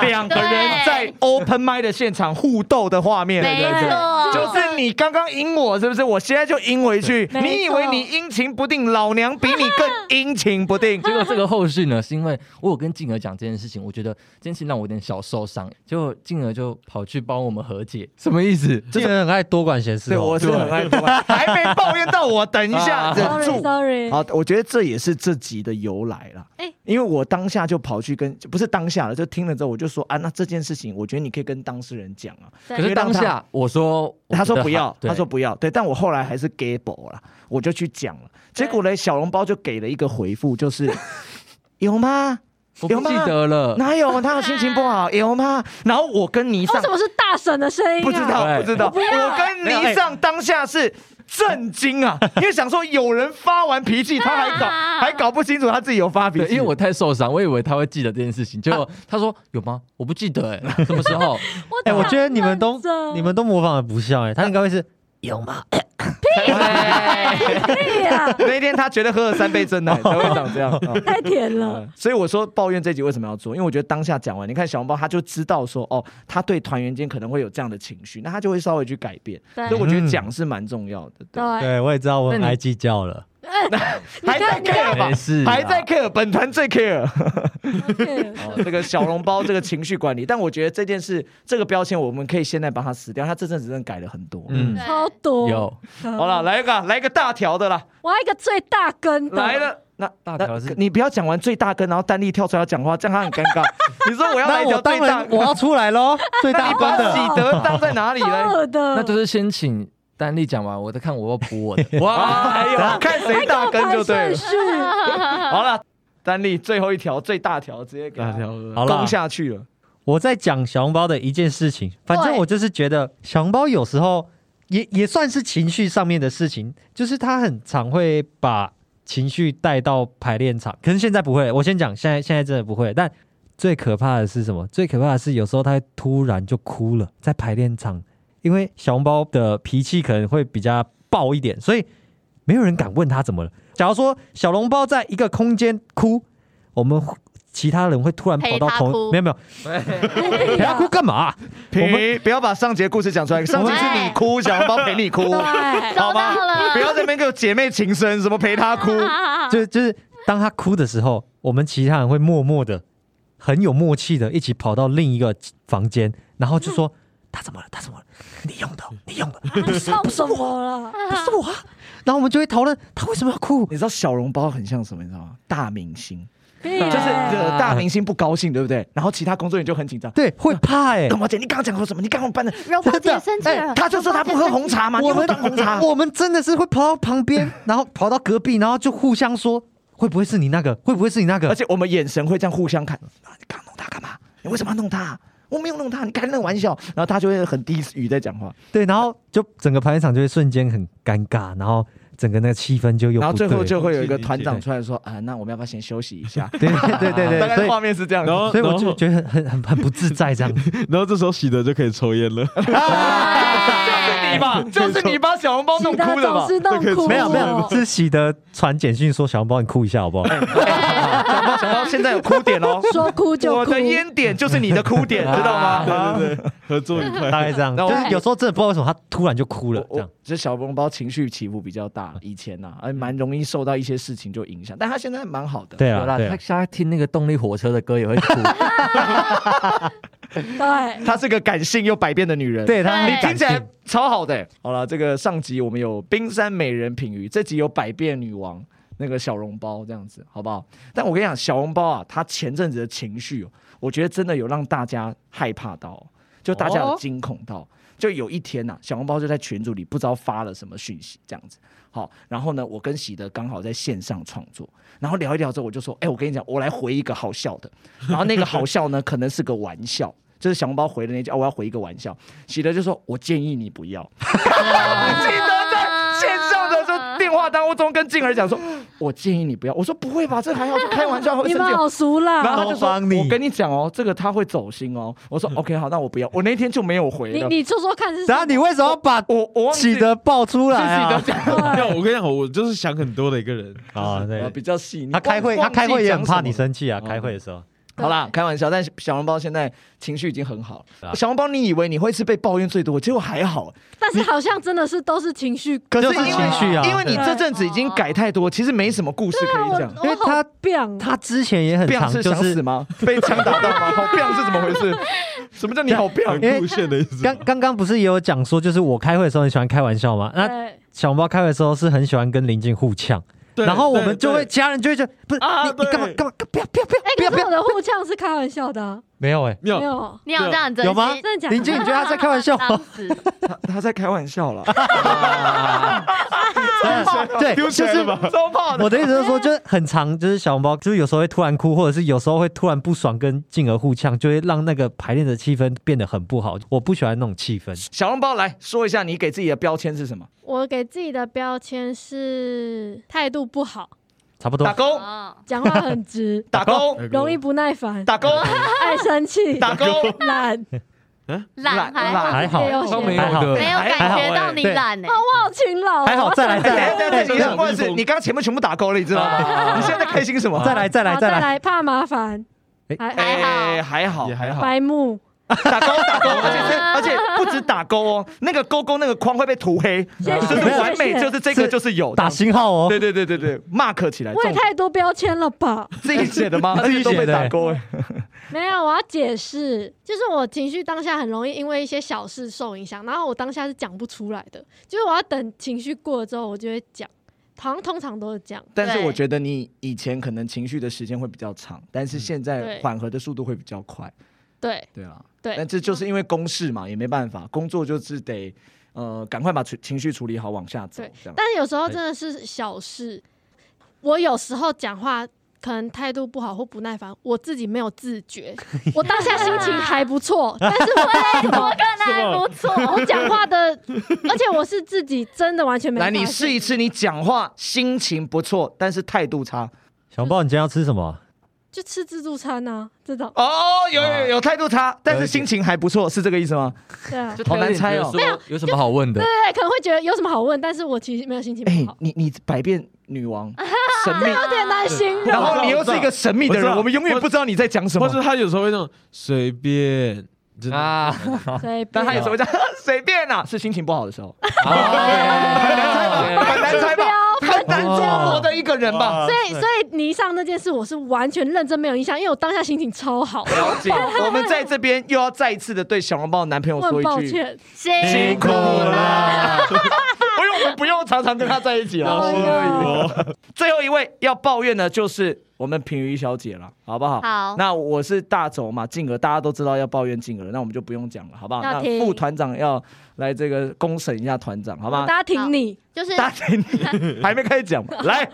Speaker 1: 两个人在 open m i 的现场互斗的画面，
Speaker 6: 没
Speaker 1: 对不对？
Speaker 6: 错，
Speaker 1: 就是你刚刚阴我，是不是？我现在就阴回去。
Speaker 5: 对
Speaker 1: 你以为你阴晴不定，老娘比你更阴晴不
Speaker 6: <laughs>
Speaker 1: 定。
Speaker 4: 结果这个后续呢，是因为我有跟静儿讲这件事情，我觉得这件事情让我有点小受伤，结果静儿就跑去帮我们和解，什么意思？
Speaker 3: 这个人很爱多管闲事
Speaker 1: 对，
Speaker 3: 哦。
Speaker 1: 我是很爱读啊，还没抱怨到我，等一下，
Speaker 4: 啊
Speaker 1: 忍住
Speaker 5: sorry。sorry， <laughs>
Speaker 1: 好，我觉得这也是这集的由来啦。
Speaker 5: 哎
Speaker 1: 因为我当下就跑去跟，不是当下了，就听了之后我就说啊，那这件事情，我觉得你可以跟当事人讲啊。
Speaker 6: 对
Speaker 4: 可是当
Speaker 1: 因为
Speaker 4: 下我说，
Speaker 1: 他说不要，
Speaker 4: 对
Speaker 1: 他说不要，对，但我后来还是 g a b l 了，我就去讲了。结果嘞，小笼包就给了一个回复，就是有吗？
Speaker 4: 我不记得了，
Speaker 1: 哪有？他有心情不好，有吗？然后我跟倪
Speaker 5: 为
Speaker 1: 尚
Speaker 5: 什么是大婶的声音啊？
Speaker 1: 不知道，
Speaker 4: 对
Speaker 1: 不知道，
Speaker 5: 我不要
Speaker 1: 我跟倪尚当下是。震惊
Speaker 5: <laughs>
Speaker 1: 啊！因为想说有人发完脾气，他还搞
Speaker 6: 啊
Speaker 1: 还搞不清楚他自己有发脾
Speaker 4: 对，
Speaker 1: 气，
Speaker 4: 因为我太受伤，我以为他会记得这件事情，结果他说有吗？我不记得哎，什么时候？
Speaker 5: 我
Speaker 3: 哎、我觉得你们都
Speaker 5: 打算着
Speaker 3: 你们都模仿的不像哎、他应该会是有吗？
Speaker 5: 对哎
Speaker 1: <laughs>
Speaker 5: 呀，
Speaker 1: <laughs> 那一天他觉得喝了三杯
Speaker 4: <laughs>
Speaker 1: 真奶才会
Speaker 4: 哦
Speaker 1: 长这样。啊
Speaker 5: 太甜了。
Speaker 1: 嗯所以我说抱怨这集为什么要做？因为我觉得当下讲完，你看小红包他就知道说哦，他对团员间可能会有这样的情绪，那他就会稍微去改变。
Speaker 5: 对嗯哦
Speaker 1: 所以我觉得讲是蛮重要的。对，
Speaker 5: 对，
Speaker 3: 哎对，我也知道我很
Speaker 4: 那你
Speaker 3: 爱计较了。
Speaker 1: 还在 care 吧
Speaker 4: 没？事啦，
Speaker 1: 还在 care，本团最 care、
Speaker 5: 对
Speaker 1: 哦这个小笼包这个情绪管理。但我觉得这件事，这个标签我们可以现在帮他撕掉。他这阵子真的改了很多。嗯，
Speaker 3: 嗯，
Speaker 5: 超多。
Speaker 4: 有
Speaker 1: 好了，来一个，来一个大条的啦，
Speaker 5: 我要一个最大根的。
Speaker 1: 来了。那
Speaker 4: 大
Speaker 1: 那
Speaker 4: 条是
Speaker 1: 你不要讲完最大根，然后丹力跳出来要讲话，这样他很尴尬。你说我要来
Speaker 3: 那
Speaker 1: 一条
Speaker 3: 我
Speaker 1: 最
Speaker 3: 当
Speaker 1: 大
Speaker 3: 然
Speaker 1: 根
Speaker 3: 我，要出来喽，最大
Speaker 1: 把
Speaker 3: 方的。
Speaker 1: 喜德当在哪里呢
Speaker 5: 超？恶的，
Speaker 4: 那就是先请丹丽讲完，我再看我要补我的。
Speaker 1: 哇，
Speaker 4: 哇，
Speaker 1: 还有哎看谁大根就对
Speaker 5: 排顺
Speaker 1: 了。
Speaker 5: 序，
Speaker 1: 好了，丹力最后一条最大条，直接给
Speaker 2: 大
Speaker 1: 他
Speaker 2: 条
Speaker 3: 好啦
Speaker 1: 攻下去了。
Speaker 3: 我在讲小红包的一件事情，反正我就是觉得小红包有时候也也算是情绪上面的事情，就是他很常会把情绪带到排练场，可是现在不会。我先讲，现在现在真的不会。但最可怕的是什么？最可怕的是有时候他会突然就哭了，在排练场，因为小红包的脾气可能会比较暴一点，所以没有人敢问他怎么了。假如说小笼包在一个空间哭，我们其他人会突然跑到
Speaker 6: 陪他
Speaker 3: 同
Speaker 6: 哭
Speaker 3: 没有没有。陪 <laughs> 他哭干嘛、我们
Speaker 1: 平，不要把上节故事讲出来，上集是你哭，小红包陪你
Speaker 5: <laughs>
Speaker 1: 哭，
Speaker 5: 对，哎
Speaker 1: 好吗
Speaker 6: 收到？了
Speaker 1: <laughs> 不要在那边给我姐妹情深，
Speaker 6: <laughs>
Speaker 1: 什么陪她哭，
Speaker 6: 啊
Speaker 3: 就就是当他哭的时候，我们其他人会默默的很有默契的一起跑到另一个房间，然后就
Speaker 1: 嗯
Speaker 3: 说。他怎么了？他怎么了？你用的哦，你用的，不是不是我，
Speaker 7: 了，
Speaker 3: 不是我啊。然后我们就会讨论他为什么要哭，
Speaker 1: 你知道小笼包很像什么？你知道吗？大明星，
Speaker 7: 就
Speaker 1: 就是
Speaker 5: 哎
Speaker 1: 惹大明星不高兴，对不对？然后其他工作人员就很紧张。
Speaker 3: 对，会怕哎、
Speaker 1: 董小姐，你刚刚讲说什么？你刚刚办的，
Speaker 6: 柔包姐生气
Speaker 1: 哎、
Speaker 6: 了，
Speaker 1: 他就说他不喝红茶嘛，你有
Speaker 3: 我
Speaker 1: 没
Speaker 3: 们
Speaker 1: 有当红茶？
Speaker 3: <laughs> 我们真的是会跑到旁边，然后跑到隔壁，然后就互相说会不会是你那个，会不会是你那
Speaker 1: 而
Speaker 3: 个？
Speaker 1: 且我们眼神会这样互相看，啊你刚刚弄他干嘛？你为什么要弄他？我没有弄他，你开那个玩笑。然后他就会很低语在讲话，
Speaker 3: 对，然后就整个排练场就会瞬间很尴尬，然后整个那个气氛就又
Speaker 1: 然后
Speaker 3: 不对
Speaker 1: 最后就会有一个
Speaker 2: 理解
Speaker 1: 团长出来说啊，那我们要不要先休息一下？
Speaker 3: 对对对
Speaker 1: <laughs> 大
Speaker 3: 对，所
Speaker 1: 概
Speaker 3: 以
Speaker 1: 画面是这样子
Speaker 2: 然。后
Speaker 3: 所以我
Speaker 2: 然
Speaker 3: 就
Speaker 2: 后
Speaker 3: 觉得很很很很不自在这样子。
Speaker 2: 然后这时候喜德就可以抽烟了。 <laughs>
Speaker 1: 就是你吧， <laughs> 就是你把小笼包弄哭的吧
Speaker 7: 总？是
Speaker 2: 这可
Speaker 7: 弄
Speaker 2: 以
Speaker 7: 哭，
Speaker 3: 没有没
Speaker 5: 哦
Speaker 3: 有，是喜德传简讯说小红包你哭一下好不好？
Speaker 1: 哎小笼包，小笼包，现在有哭点哦。
Speaker 7: 说哭就哭，
Speaker 1: 我的烟点就是你的哭
Speaker 2: <laughs>
Speaker 1: 点，知道吗？
Speaker 2: 啊
Speaker 1: 啊
Speaker 2: 对对对，合作愉快。
Speaker 3: 大概这样，
Speaker 1: 那
Speaker 3: 就
Speaker 1: 我
Speaker 3: 是有时候真的不知道为什么他突然就哭了
Speaker 1: 我
Speaker 3: 这
Speaker 1: 我
Speaker 3: 样。
Speaker 1: 这小笼包情绪起伏比较大，以前呐、啊，哎，
Speaker 2: 嗯
Speaker 1: 蛮容易受到一些事情就影响，但他现在蛮好的。
Speaker 3: 对
Speaker 4: 有
Speaker 3: 啊，
Speaker 4: 啦，
Speaker 3: 对
Speaker 4: 他
Speaker 3: 啊，
Speaker 4: 现在听那个动力火车的歌也会哭，
Speaker 7: 对，
Speaker 1: 她是个感性又百变的女人。。
Speaker 3: 对他
Speaker 6: 对
Speaker 3: 很
Speaker 1: 你哎听
Speaker 3: 感
Speaker 1: 起来
Speaker 3: 性，
Speaker 1: 超好的欸、好了，这个上集我们有冰山美人品鱼，这集有百变女王那个小笼包这样子，好不好？但我跟你讲，小笼包啊，她前阵子的情绪哦，我觉得真的有让大家害怕到哦，就大家有惊恐到。就有一天呐、小笼包就在群组里不知道发了什么讯息，这样子。好，然后呢，我跟喜德刚好在线上创作，然后聊一聊之后，我就说，哎、我跟你讲，我来回一个好笑的。然后那个好笑呢，可能是个玩笑，就是小笼包回的那句，哦，我要回一个玩笑。喜德就说，我建议你不要。 <laughs> 记得在线上的这电话当中跟静儿讲说，我建议你不要。我说不会吧，这还好，就开玩笑会
Speaker 7: 你
Speaker 1: 生气
Speaker 7: 们。好熟
Speaker 1: 然
Speaker 7: 啦，
Speaker 1: 后他就说
Speaker 3: 都帮：“你
Speaker 1: 我跟你讲哦，这个他会走心哦。”我
Speaker 3: <laughs>
Speaker 1: 说：“OK，好，那我不要。”我那天就没有回
Speaker 5: 你
Speaker 1: 了。
Speaker 5: 你说说看是什
Speaker 3: 然后
Speaker 5: 么？
Speaker 3: 你为什么要把
Speaker 1: 我我忘记
Speaker 3: 喜德爆出来啊？
Speaker 2: 没有，我跟你讲，我就是想很多的一个人。
Speaker 3: 啊，
Speaker 1: 我
Speaker 3: 对，
Speaker 1: 呃比较细腻。
Speaker 3: 他开会，
Speaker 1: 忘
Speaker 3: 他开会也很怕
Speaker 1: 忘记讲什
Speaker 3: 你。
Speaker 1: 么了
Speaker 3: 生气啊。
Speaker 1: 哦
Speaker 3: 开会的时候，
Speaker 1: 好啦，开玩笑，但是小笼包现在情绪已经很好
Speaker 3: 是啊
Speaker 1: 了。小笼包，你以为你会是被抱怨最多，结果还好。
Speaker 5: 但是好像真的是都是情绪，
Speaker 1: 可
Speaker 3: 就是
Speaker 1: 因为
Speaker 3: 情绪啊
Speaker 1: 因为你
Speaker 7: 对
Speaker 1: 这阵子已经改太多，其实没什么故事可以讲。
Speaker 3: 因为他
Speaker 7: 变
Speaker 3: 他之前也很
Speaker 1: 变
Speaker 3: 常
Speaker 1: 是
Speaker 3: 就
Speaker 1: 想死
Speaker 3: 是
Speaker 1: 吗？被枪打到
Speaker 3: <laughs>
Speaker 1: 吗？好变是怎么回事？什么叫你好变？
Speaker 2: 很酷炫的意思。
Speaker 3: 刚刚刚不是也有讲说，就是我开会的时候很喜欢开玩笑嘛。那
Speaker 7: 对哎
Speaker 3: 小红包开会的时候是很喜欢跟邻近互呛，
Speaker 2: 对
Speaker 3: 然后我们
Speaker 2: 对
Speaker 3: 就会
Speaker 2: 对
Speaker 3: 其他人就会觉得不是
Speaker 2: 啊
Speaker 3: 你你干嘛
Speaker 2: 对
Speaker 3: 干嘛不要不要不要
Speaker 7: 哎，
Speaker 3: 不要
Speaker 7: 可
Speaker 3: 不
Speaker 7: 是
Speaker 3: 要
Speaker 7: 我的互呛是开玩笑的啊，
Speaker 3: 没有哎，
Speaker 2: 没有
Speaker 7: 没，有，
Speaker 6: 你有这样子
Speaker 3: 有吗
Speaker 6: 真
Speaker 7: 真的假的？
Speaker 3: 林俊，你觉得他在开玩笑吗？
Speaker 6: 当时
Speaker 1: <laughs> 他他在开玩笑了，
Speaker 3: 对，
Speaker 2: 丢
Speaker 1: <laughs>
Speaker 3: <laughs> 就
Speaker 2: 起来
Speaker 3: 是
Speaker 2: 了吧？
Speaker 1: 超怕的。
Speaker 3: 我的意思是说，就是很长，就是小红包，就是有时候会突然哭，或者是有时候会突然不爽，跟进而互呛，就会让那个排练的气氛变得很不好。我不喜欢那种气氛。
Speaker 1: 小笼包来说一下，你给自己的标签是什么？
Speaker 5: 我给自己的标签是态度不好，
Speaker 7: <laughs>
Speaker 3: 差不多
Speaker 1: 打，工，，
Speaker 6: 哦
Speaker 5: 讲话很直
Speaker 3: <laughs>
Speaker 1: 打工，
Speaker 2: 打
Speaker 5: 容易不耐烦，
Speaker 1: 打工，
Speaker 7: 爱生气，
Speaker 1: 打工。
Speaker 7: 懒，
Speaker 6: 懒还好，
Speaker 1: 哎
Speaker 3: 还哎好
Speaker 5: 也，有
Speaker 4: 都没
Speaker 5: 些
Speaker 4: 有
Speaker 3: 还好
Speaker 4: 的，
Speaker 6: 没有
Speaker 3: 还
Speaker 6: 感
Speaker 3: 好
Speaker 6: 觉
Speaker 4: 哎
Speaker 6: 到你
Speaker 3: 对
Speaker 6: 懒呢。
Speaker 1: 啊
Speaker 7: 好勤
Speaker 5: 哦
Speaker 7: 劳，
Speaker 3: 还好，再来，再
Speaker 1: 哎，
Speaker 3: 来，
Speaker 1: 等等，你
Speaker 2: 这
Speaker 1: 不
Speaker 2: 样
Speaker 1: 好意思，你刚刚前面全部打勾了，你知道吗？你现在在开心什么？
Speaker 3: 再来，再来，
Speaker 5: 好
Speaker 3: 再
Speaker 5: 再
Speaker 3: 来。
Speaker 5: 来，怕麻烦还
Speaker 3: 哎，
Speaker 1: 哎，还好，
Speaker 2: 也还好
Speaker 5: 白目，
Speaker 1: 打勾打勾，而且是而且不止打勾哦，那个勾勾那个框会被涂黑，
Speaker 7: 谢
Speaker 1: 就是
Speaker 7: 谢，
Speaker 1: 完美，
Speaker 7: 谢谢
Speaker 1: 就是这个就是有
Speaker 3: 打。星号哦
Speaker 1: 对，对对对对，mark 起
Speaker 3: 哎
Speaker 1: 来，
Speaker 5: 我也
Speaker 1: 中
Speaker 5: 太多标签了吧？
Speaker 1: 自己写的吗？
Speaker 3: 自己写的
Speaker 1: 而且都被打勾哎，
Speaker 5: <laughs> 没有，我要解释，就是我情绪当下很容易因为一些小事受影响，然后我当下是讲不出来的，就是我要等情绪过了之后，我就会讲，好像通常都是这样。
Speaker 1: 但是我觉得你以前可能情绪的时间会比较长，但是现在
Speaker 5: 对
Speaker 1: 缓和的速度会比较快，
Speaker 5: 对
Speaker 1: 对啊。
Speaker 5: 对
Speaker 1: 但，这就是因为公事嘛，也没办法，工作就是得呃赶快把情情绪处理好，往下走
Speaker 5: 对
Speaker 1: 这样。
Speaker 5: 但是有时候真的是小事，我有时候讲话。可能态度不好或不耐烦，我自己没有自
Speaker 1: <laughs>
Speaker 5: 觉。我当下心情还不错，但是我
Speaker 6: <laughs> 我看来还不错，
Speaker 5: 我讲话的，而且我是自己真的完全没发
Speaker 1: 来，
Speaker 5: 现。
Speaker 1: 你试一次，你讲话心情不错，但是态度差。
Speaker 3: 小红包，你今天要吃什么？
Speaker 5: 就吃自助餐啊，这种
Speaker 1: 哦，有
Speaker 2: 啊
Speaker 1: 有有态度
Speaker 2: 呃
Speaker 1: 差，但是心情还不错，是这个意思吗？
Speaker 5: 对啊，
Speaker 4: 就
Speaker 1: 好难猜哦
Speaker 4: 有点觉得说有什么好问的？
Speaker 5: 哎对，可能会觉得有什么好问，但是我其实没有心情
Speaker 1: 哎
Speaker 5: 不好，，
Speaker 1: 你你百变女 <laughs> 王，神秘，
Speaker 5: 有点难形容。
Speaker 1: 然后你又啊是一个神秘的
Speaker 2: 我知
Speaker 1: 人，
Speaker 2: 道
Speaker 1: 我们永远不知道你在讲什
Speaker 2: 或
Speaker 1: 么。
Speaker 2: 是他有时候会那种随便，真的
Speaker 4: 啊，
Speaker 5: 对，
Speaker 1: 但他有时
Speaker 2: <laughs>
Speaker 1: 候会这样随便啊，是心情不好的时候，
Speaker 4: 好
Speaker 1: 很难猜吧？很难猜吧？
Speaker 5: 标
Speaker 1: 很难捉摸的一个人吧？
Speaker 5: 所以，所以泥上那件事，我是完全认真没有印象，因为我当下心情超好，
Speaker 1: <laughs> 了解，我们在这边又要再一次的对小笼包的男朋友
Speaker 5: 我很
Speaker 1: 说
Speaker 5: 抱
Speaker 1: 一句，
Speaker 5: 歉。
Speaker 6: 辛
Speaker 1: 苦啦！ <laughs> 不用，我们不用常常跟他在一起了。最后一位要抱怨的就是我们平瑜小姐了，好不好？
Speaker 6: 好
Speaker 1: 那我是大轴嘛，静儿大家都知道要抱怨静儿，那我们就不用讲了，好不好？
Speaker 5: 要
Speaker 1: 那
Speaker 5: 听
Speaker 1: 副团长要来这个公审一下团长，好吗
Speaker 5: 大？家
Speaker 6: 好
Speaker 5: 挺你，
Speaker 6: 就是
Speaker 1: 大家听，还没开始讲嘛，来，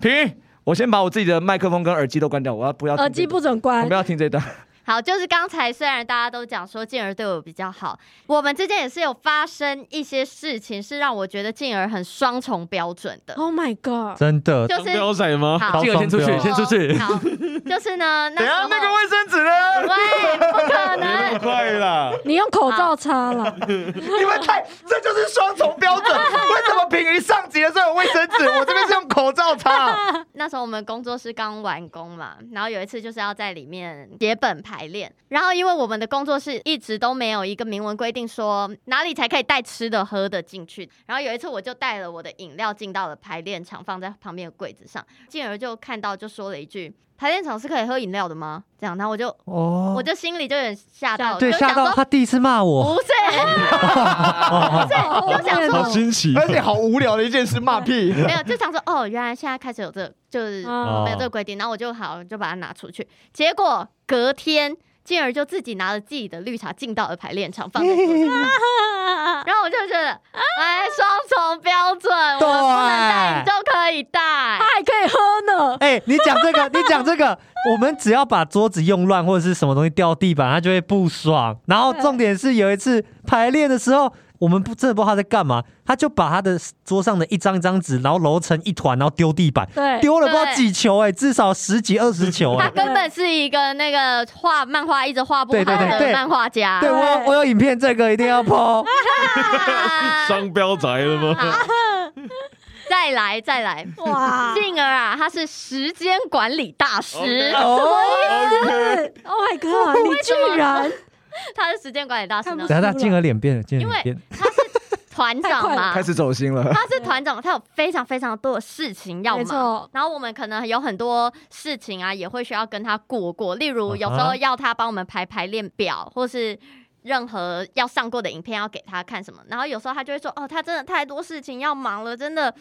Speaker 1: 平瑜，我先把我自己的麦克风跟耳机都关掉，我要不要听
Speaker 5: 耳机
Speaker 1: 这
Speaker 5: 不准
Speaker 1: 我
Speaker 5: 关
Speaker 1: 们。要听这段，
Speaker 6: 好，就是刚才虽然大家都讲说静儿对我比较好，我们之间也是有发生一些事情，是让我觉得静儿很双重标准的。
Speaker 4: 呃
Speaker 5: Oh my god！
Speaker 3: 真的，
Speaker 6: 就是
Speaker 2: 当标仔吗？
Speaker 6: 好，
Speaker 4: 静儿先出去，先出去。
Speaker 6: 好，就是呢，那
Speaker 1: 等一
Speaker 6: 时
Speaker 1: 下
Speaker 6: 候
Speaker 1: 那个卫生纸呢？
Speaker 6: 喂，不可能，
Speaker 2: 快啦！
Speaker 5: 你用口罩擦
Speaker 6: <laughs>
Speaker 5: 了，
Speaker 1: <laughs> 你们太，这就是双重标准。为什么平瑜上集的时候有卫生纸，我这边是用口罩
Speaker 3: <laughs>
Speaker 1: 擦？
Speaker 6: 那时候我们工作室刚完工嘛，然后有一次就是要在里面写本排练，然后因为我们的工作室一直都没有一个明文规定说哪里才可以带吃的喝的进去，然后有一次我就带了我的饮料进到了排练场，放在旁边的柜子上，进而就看到就说了一句。排练场是可以喝饮料的吗？这样，然后我就、我
Speaker 3: 哦，
Speaker 6: 就心里就有点吓到，
Speaker 3: 对，
Speaker 6: 就想
Speaker 3: 吓到
Speaker 6: 说
Speaker 3: 他第一次骂我，
Speaker 6: 不是 <laughs>
Speaker 3: 哦
Speaker 5: ，Oh
Speaker 6: 不是，就想
Speaker 2: 好
Speaker 6: 说
Speaker 2: 新奇，
Speaker 6: 哎
Speaker 1: 而且好无聊的一件事，骂
Speaker 3: <laughs>
Speaker 1: 屁。
Speaker 6: 没有，就想说哦，原来现在开始有这就是
Speaker 5: 哦
Speaker 6: 没有这个规定，然后我就好就把它拿出去，结果隔天。进而就自己拿了自己的绿茶进到了排练场放在桌
Speaker 3: <laughs>
Speaker 6: 子上，
Speaker 5: 啊
Speaker 6: 然后我就觉得，哎，双重标准，我
Speaker 3: 对
Speaker 6: 不能带你就可以带
Speaker 5: 他，还可以喝
Speaker 6: <laughs>
Speaker 5: 呢。
Speaker 3: 哎、你讲这个，你讲这个，我们只要把桌子用乱或者是什么东西掉地板，他就会不爽。然后重点是有一次排练的时候，我们不真的不知道他在干嘛，他就把他的桌上的一张一张纸，然后揉成一团，然后丢地板，
Speaker 6: 哎
Speaker 5: 对，
Speaker 3: 丢了不知道几球哎、至少十几二十球
Speaker 6: <laughs>
Speaker 3: 哎、
Speaker 6: 他根本是一个那个画漫画一直画不
Speaker 3: 对对
Speaker 6: 好
Speaker 3: 对
Speaker 6: 的
Speaker 3: 对
Speaker 6: 漫画家，
Speaker 3: 对我，我有影片，这个一定要
Speaker 6: <laughs>
Speaker 3: PO。
Speaker 6: 啊
Speaker 2: 双标仔了吗？
Speaker 6: 好再来再来，
Speaker 5: 哇
Speaker 6: 进而啊，他是时间管理大
Speaker 3: 哦
Speaker 6: 师。
Speaker 5: ！Oh my god！你居然
Speaker 6: 他是时间管理大师
Speaker 5: 看
Speaker 6: 呢
Speaker 5: 不出，
Speaker 3: 等一下，静儿脸变了，静儿
Speaker 6: 因
Speaker 3: 脸
Speaker 6: 为
Speaker 3: 变了。
Speaker 6: 他是团长嘛，
Speaker 1: <laughs> 开始走心了，？
Speaker 6: 他是团长，他有非常非常多的事情要
Speaker 5: 没
Speaker 6: 忙。
Speaker 5: 错，
Speaker 6: 然后我们可能有很多事情啊，也会需要跟他过过，例如有时候要他帮我们排排练表，或是任何要上过的影片要给他看什么。然后有时候他就会说：“哦，他真的太多事情要忙了，真的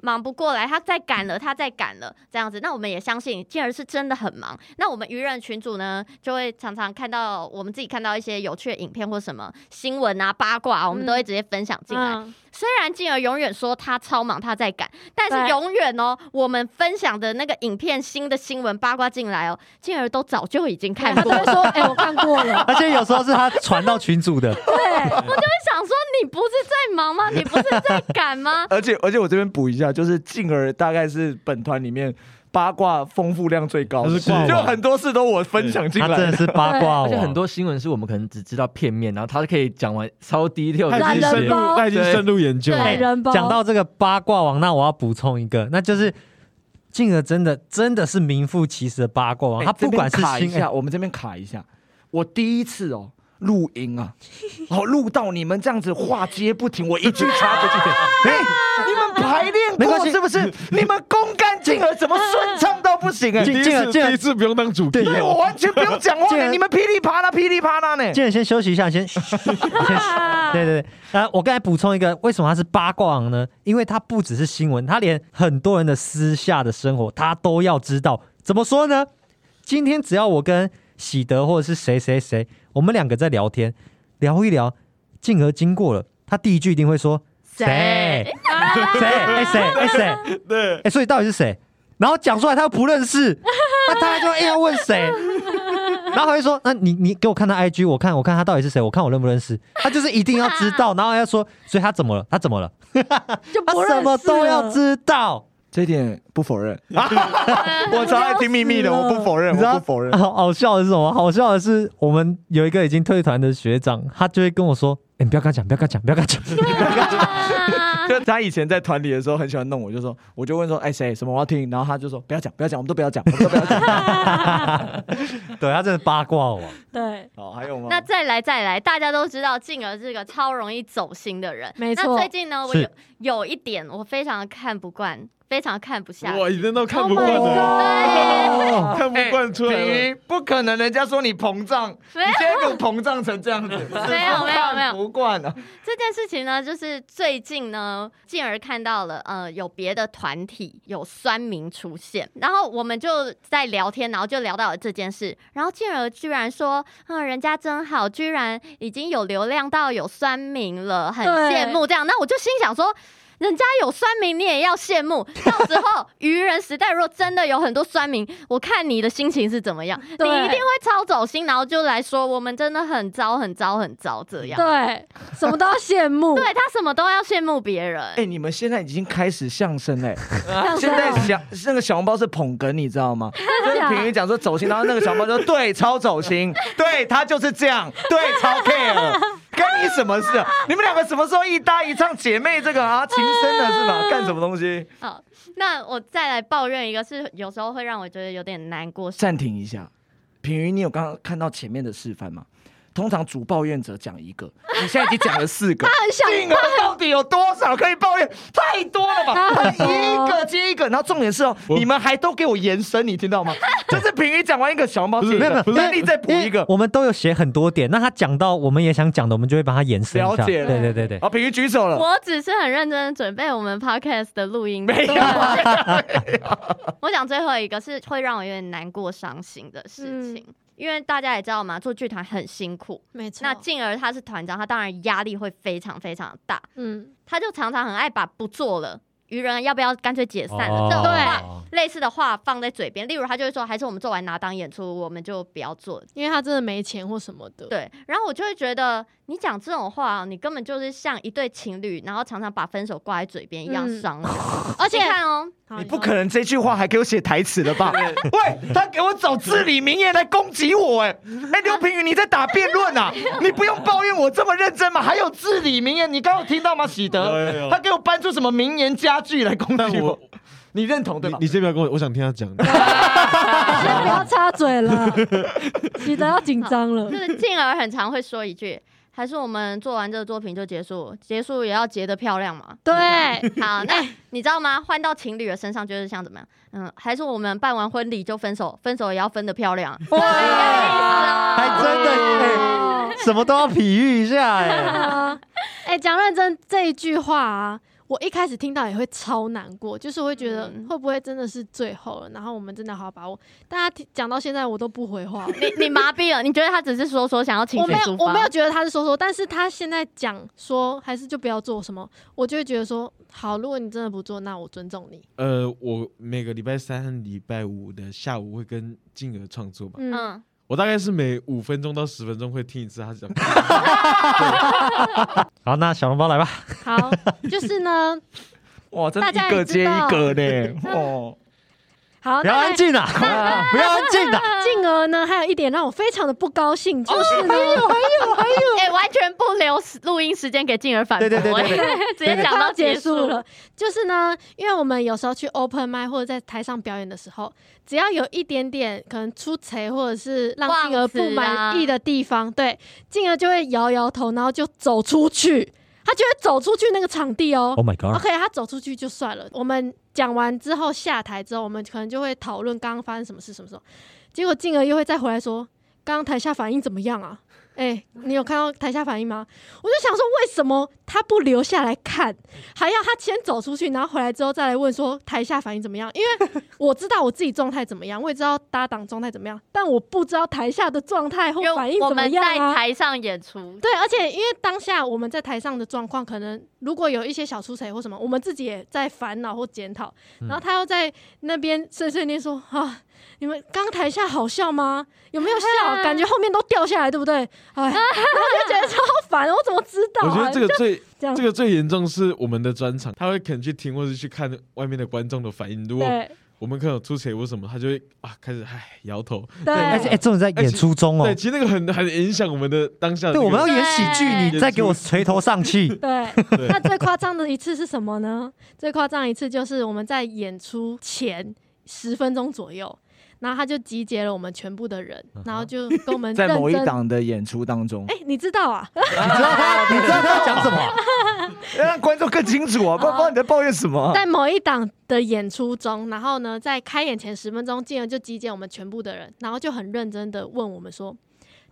Speaker 6: 忙不过来，他再赶了，他再赶了，这样子。那我们也相信，进而是真的很忙。那我们愚人群主呢，就会常常看到我们自己看到一些有趣的影片或什么新闻啊、八卦啊，我们
Speaker 5: 嗯
Speaker 6: 都会直接分享进来。
Speaker 5: 嗯
Speaker 6: 虽然静儿永远说她超忙，她在赶，但是
Speaker 5: 对
Speaker 6: 永远哦，我们分享的那个影片、新的新闻八卦进来哦，静儿都早就已经看
Speaker 5: 他
Speaker 6: 过
Speaker 5: 都会说：“
Speaker 6: <laughs> 了。
Speaker 5: 哎，我看过了。
Speaker 3: 而且有时候是他传到群组
Speaker 4: <laughs>
Speaker 3: 的，
Speaker 5: 对，
Speaker 6: 就想说，你不是在
Speaker 5: <laughs>
Speaker 6: 忙吗？你不是在赶吗
Speaker 1: 而且而且我这边补一下，就是静儿大概是本团里面八卦丰富量最高的，
Speaker 2: 她是挂网
Speaker 1: 就很多事都我分享进
Speaker 3: 他
Speaker 1: 来
Speaker 3: 真的
Speaker 1: 的。
Speaker 3: 是八卦哦
Speaker 4: 而且
Speaker 3: 王，
Speaker 4: 很多新闻是我们可能只知道片面，然后他可以讲完超低调的
Speaker 5: 懒
Speaker 2: 他哦已经
Speaker 5: 人
Speaker 2: 深入，
Speaker 5: 包
Speaker 2: 他已经深入研究
Speaker 6: 对
Speaker 5: 懒
Speaker 2: 了。
Speaker 5: 人包。
Speaker 3: 讲到这个八卦王，那我要补充一个，那就是静儿真的真的是名副其实的八卦王，
Speaker 1: 哎
Speaker 3: 他不管是
Speaker 1: 这边卡一
Speaker 3: 新
Speaker 1: 下，我们这边卡一下，我第一次哦。录音
Speaker 3: <laughs>
Speaker 1: 啊，哦，录到你们这样子话接不停，我一句插不进
Speaker 3: <laughs>
Speaker 1: 去。哎、你们排练
Speaker 3: 没关
Speaker 1: 过
Speaker 3: 系
Speaker 1: 是不是？你们公干静儿怎么顺畅到不行哎、
Speaker 3: 静
Speaker 2: 第一
Speaker 3: 静儿
Speaker 2: 次
Speaker 3: 静儿
Speaker 2: 第一次不用当主题，哦
Speaker 1: 对我完全不用 <laughs> 讲话
Speaker 3: 竟
Speaker 1: 呢，
Speaker 3: 然
Speaker 1: 你们噼里啪啦噼里啪啦呢。
Speaker 3: 哎静儿先休息一下，先。 <laughs>
Speaker 1: <laughs>
Speaker 3: 先对对对，呃，我刚才补充一个，为什么他是八卦王呢？因为他不只是新闻，他连很多人的私下的生活他都要知道。怎么说呢？今天只要我跟喜德或者是谁谁谁，我们两个在聊天，聊一聊，静儿经过了，他第一句一定会说谁谁哎谁哎谁。
Speaker 2: 对
Speaker 3: 哎、，所以到底是谁？然后讲出来他又不认识，那他就哎、要问谁？然后他就说，那你你给我看他 IG，我看我看他到底是谁，我看我认不认识。他就是一定要知道，然后要说，所以他怎么了？他怎么了？
Speaker 5: 就
Speaker 3: 他
Speaker 5: 不
Speaker 1: 啊
Speaker 5: 认识
Speaker 3: 什么都要
Speaker 5: 了
Speaker 6: 哦
Speaker 3: 知道。
Speaker 1: 这一点不否认，我超爱听秘密的，我不否认，
Speaker 3: 你知
Speaker 1: 我
Speaker 3: 道
Speaker 1: 不否认。
Speaker 3: 好好笑的是什么？好笑的是，我们有一个已经退团的学长，他就会跟我说：“哎、你不要跟他讲，不要跟他讲，不要跟他讲。 <laughs>
Speaker 1: 就他以前在团里的时候很喜欢弄我，就说我就问说，哎谁什么我要听，然后他就说不要讲不要讲，我们都不要 <laughs> 讲，我们都不要讲。
Speaker 3: 对他真的八卦啊王，
Speaker 5: 对，
Speaker 1: 好，哦还有吗？
Speaker 6: 那再来再来，大家都知道静儿是个超容易走心的人。
Speaker 5: 没错
Speaker 6: 那最近呢，我
Speaker 3: 是
Speaker 6: 有有一点我非常看不惯，非常看不下。
Speaker 2: 哇，一定都看
Speaker 5: Oh
Speaker 2: 不惯啊
Speaker 5: my 哎
Speaker 2: 的，
Speaker 3: 哦，
Speaker 2: 看不惯出来
Speaker 1: 等
Speaker 2: 了。
Speaker 1: 于不可能，人家说你膨
Speaker 2: <laughs>
Speaker 1: 胀，
Speaker 6: 没有
Speaker 1: 你现在给我膨胀成这样子，
Speaker 6: 没有没有没有
Speaker 1: 不惯啊！
Speaker 6: 这件事情呢，就是最近呢，进而看到了，呃，有别的团体有酸民出现，然后我们就在聊天，然后就聊到了这件事，然后进而居然说，嗯、人家真好，居然已经有流量到有酸民了，很
Speaker 7: 对
Speaker 6: 羡慕这样。那我就心想说。人家有酸民，你也要羡慕。到时
Speaker 7: <laughs>
Speaker 6: 候愚人时代，如果真的有很多酸民，我看你的心情是怎么样，你
Speaker 7: 对
Speaker 6: 一定会超走心，然后就来说我们真的很糟、很糟、很糟这样。
Speaker 7: 对，什么都要羡慕，
Speaker 6: 对他什么都要羡慕别人。
Speaker 1: 哎，你们现在已经开始相声嘞，
Speaker 7: 像这啊
Speaker 1: 现在
Speaker 7: 样
Speaker 1: 小那个小笼包是捧哏，你知
Speaker 7: <laughs>
Speaker 1: 道吗？就是
Speaker 7: 假
Speaker 1: 平云讲说走心，然后那个小笼包说对，超走心，对他就是这样，对，超
Speaker 7: <laughs>
Speaker 1: care，跟你什么事啊？你们两个什么时候一搭一唱姐妹这个啊情深了是吧？干什么东西？
Speaker 6: 好，那我再来抱怨一个，是有时候会让我觉得有点难过。
Speaker 1: 暂停一下，品云，你有刚刚看到前面的示范吗？通常主抱怨者讲一个，你现在已经讲了四个，
Speaker 7: 很想
Speaker 1: 进而到底有多少可以抱怨？太多了吧，
Speaker 7: 他很多
Speaker 1: 一个接一个。然后重点是哦，
Speaker 2: 我
Speaker 1: 你们还都给我延伸，你听到吗？就是品云讲完一个，小猫接一
Speaker 3: 没有没
Speaker 1: 个
Speaker 3: 有，，
Speaker 1: 丹哎力再补一个。
Speaker 3: 我们都有写很多点，那他讲到我们也想讲的，我们就会把它延伸一下。
Speaker 1: 了解
Speaker 3: 对
Speaker 1: 了
Speaker 3: 对对对，
Speaker 1: 好，品云举手了，
Speaker 6: 我只是很认真的准备我们 podcast 的录音。
Speaker 1: 没有
Speaker 6: 对
Speaker 1: 啊 <laughs>
Speaker 6: 我想最后一个是会让我有点难过、伤心的事情，
Speaker 1: 嗯
Speaker 6: 因为大家也知道嘛，做剧团很辛苦。
Speaker 5: 没错。
Speaker 6: 那进而他是团长，他当然压力会非常非常大，
Speaker 5: 嗯，
Speaker 6: 他就常常很爱把不做了，愚人要不要干脆解散了、
Speaker 3: 哦
Speaker 6: 这种话
Speaker 3: 对
Speaker 6: 类似的话放在嘴边。例如他就会说，还是我们做完拿档演出，我们就不要做了
Speaker 5: 因为他真的没钱或什么的。，
Speaker 6: 对，然后我就会觉得你讲这种话，哦你根本就是像一对情侣，然后常常把分手挂在嘴边一样
Speaker 5: 嗯 <laughs>
Speaker 6: 伤人。而且看哦，
Speaker 5: 好
Speaker 1: 你不可能这句话还给我写台词了 <laughs> 吧？喂，他给我找至理名言来攻击我，哎，哎，刘品宇，你在打辩论啊？你不用抱怨我这么认真嘛？还有至理名言，你刚刚有听到吗？喜
Speaker 2: 有有
Speaker 1: 德，
Speaker 2: 有
Speaker 1: 他给我搬出什么名言佳句来攻击
Speaker 2: 但
Speaker 1: 哎我
Speaker 2: 我？
Speaker 1: 你认同对
Speaker 2: 你
Speaker 1: 吧？
Speaker 2: 你先不要跟我，我想听他讲。
Speaker 7: 先不要插嘴
Speaker 1: <laughs>
Speaker 7: 了，喜德要紧张了
Speaker 6: 就。是进而很常会说一句。还是我们做完这个作品就结束，结束也要结得漂亮嘛。
Speaker 7: 对，
Speaker 5: <laughs>
Speaker 6: 好，那你知道吗？换到情侣的身上就是像怎么样？嗯，还是我们办完婚礼就分手，分手也要分得漂亮。
Speaker 3: 哇，还哎真的耶，什么都要比喻一下哎。
Speaker 5: 哎，讲认真这一句话啊，我一开始听到也会超难过，就是我会觉得
Speaker 6: 嗯
Speaker 5: 会不会真的是最后了，然后我们真的好好把握。大家听讲到现在，我都不回话了。
Speaker 6: 你你麻痹了，你觉得他只是说说想要情
Speaker 5: 我
Speaker 6: 绪
Speaker 5: 没有
Speaker 6: 抒，发？
Speaker 5: 我没有觉得他是说说，但是他现在讲说还是就不要做什么，我就会觉得说好，如果你真的不做，那我尊重你。
Speaker 2: <laughs> 呃，我每个礼拜三和礼拜五的下午会跟静儿创作嘛，
Speaker 5: 嗯，
Speaker 6: 嗯，
Speaker 2: 我大概是每五分钟到十分钟会听一次他
Speaker 5: <laughs>
Speaker 2: 讲。
Speaker 3: <laughs> 好，那小笼包来吧。
Speaker 5: 好， <laughs> 就是呢，
Speaker 1: 哇，真
Speaker 5: 大家
Speaker 1: 一
Speaker 5: 也
Speaker 1: 个
Speaker 5: 知
Speaker 1: 接一
Speaker 5: 道
Speaker 1: 个呢，
Speaker 5: <laughs>
Speaker 1: 哦，
Speaker 5: 好，
Speaker 3: 不要
Speaker 5: 那
Speaker 3: 安静啊！ <laughs> 不要安静啊！
Speaker 5: <laughs> 进而呢，还有一点让我非常的不高兴，就是呢，
Speaker 6: 哎、完全不留时录音时间给静儿反驳、
Speaker 3: 对对对对
Speaker 6: 对， <laughs> 直接
Speaker 5: 快
Speaker 6: 讲
Speaker 5: 要
Speaker 6: 到
Speaker 5: 结
Speaker 6: 束
Speaker 5: 束。了。就是呢，因为我们有时候去 open m i 或者在台上表演的时候，只要有一点点可能出贼或者是让
Speaker 6: 忘
Speaker 5: 进而不
Speaker 6: 词啊
Speaker 5: 满意的地方，对，进而就会摇摇头，然后就走出去，他就会走出去那个场地哦。
Speaker 3: Oh my god！
Speaker 5: OK，他走出去就算了。我们讲完之后下台之后，我们可能就会讨论刚刚发生什么事，什么时候。结果进而又会再回来说，刚刚台下反应怎么样啊？哎、你有看到台下反应吗？我就想说，为什么他不留下来看，还要他先走出去，然后回来之后再来问说台下反应怎么样？因为我知道我自己状态怎么样，我也知道搭档状态怎么样，但我不知道台下的状态或
Speaker 6: 因
Speaker 5: 哦反
Speaker 6: 为
Speaker 5: 应
Speaker 6: 我
Speaker 5: 怎么
Speaker 6: 们
Speaker 5: 样
Speaker 6: 在
Speaker 5: 啊。
Speaker 6: 台上演
Speaker 5: <laughs>
Speaker 6: 出，
Speaker 5: 对，而且因为当下我们在台上的状况，可能如果有一些小出彩或什么，我们自己也在烦恼或检讨，
Speaker 2: 嗯
Speaker 5: 然后他又在那边碎碎念说啊。你们刚台下好笑吗？有没有笑？感觉后面都掉下来，对不对？哎，然后就觉得超烦，我怎么知道、啊？
Speaker 2: 我觉得这个最
Speaker 5: 这样
Speaker 2: 这个最严重是我们的专场，他会肯去听或是去看外面的观众的反应。如果
Speaker 5: 对
Speaker 2: 我们可能有出谁或什么，他就会啊开始唉摇头。
Speaker 5: 对，
Speaker 3: 而且哎，重点在演出中哦
Speaker 2: 对，。其实那个很很影响我们的当下的
Speaker 3: 对，
Speaker 2: 那个。
Speaker 3: 我们要演喜剧，
Speaker 6: 对
Speaker 3: 你再给我垂头丧 <laughs> 气。
Speaker 5: 对，
Speaker 2: 对
Speaker 5: 那最夸张的一次是什么呢？最夸张一次就是我们在演出前十分钟左右，然后他就集结了我们全部的人，
Speaker 2: 嗯
Speaker 5: 然后就跟我们
Speaker 1: 在
Speaker 5: 认
Speaker 1: 某一
Speaker 5: 真。
Speaker 1: 档的演出当中
Speaker 5: 哎、，你知道啊？
Speaker 3: 你知道他，你知道他要讲什么？
Speaker 1: 哎要让观众更清楚
Speaker 5: 哦
Speaker 1: 啊，不然不知道你在抱怨什么啊。
Speaker 5: 在某一档的演出中，然后呢，在开演前十分钟，进而就集结我们全部的人，然后就很认真的问我们说，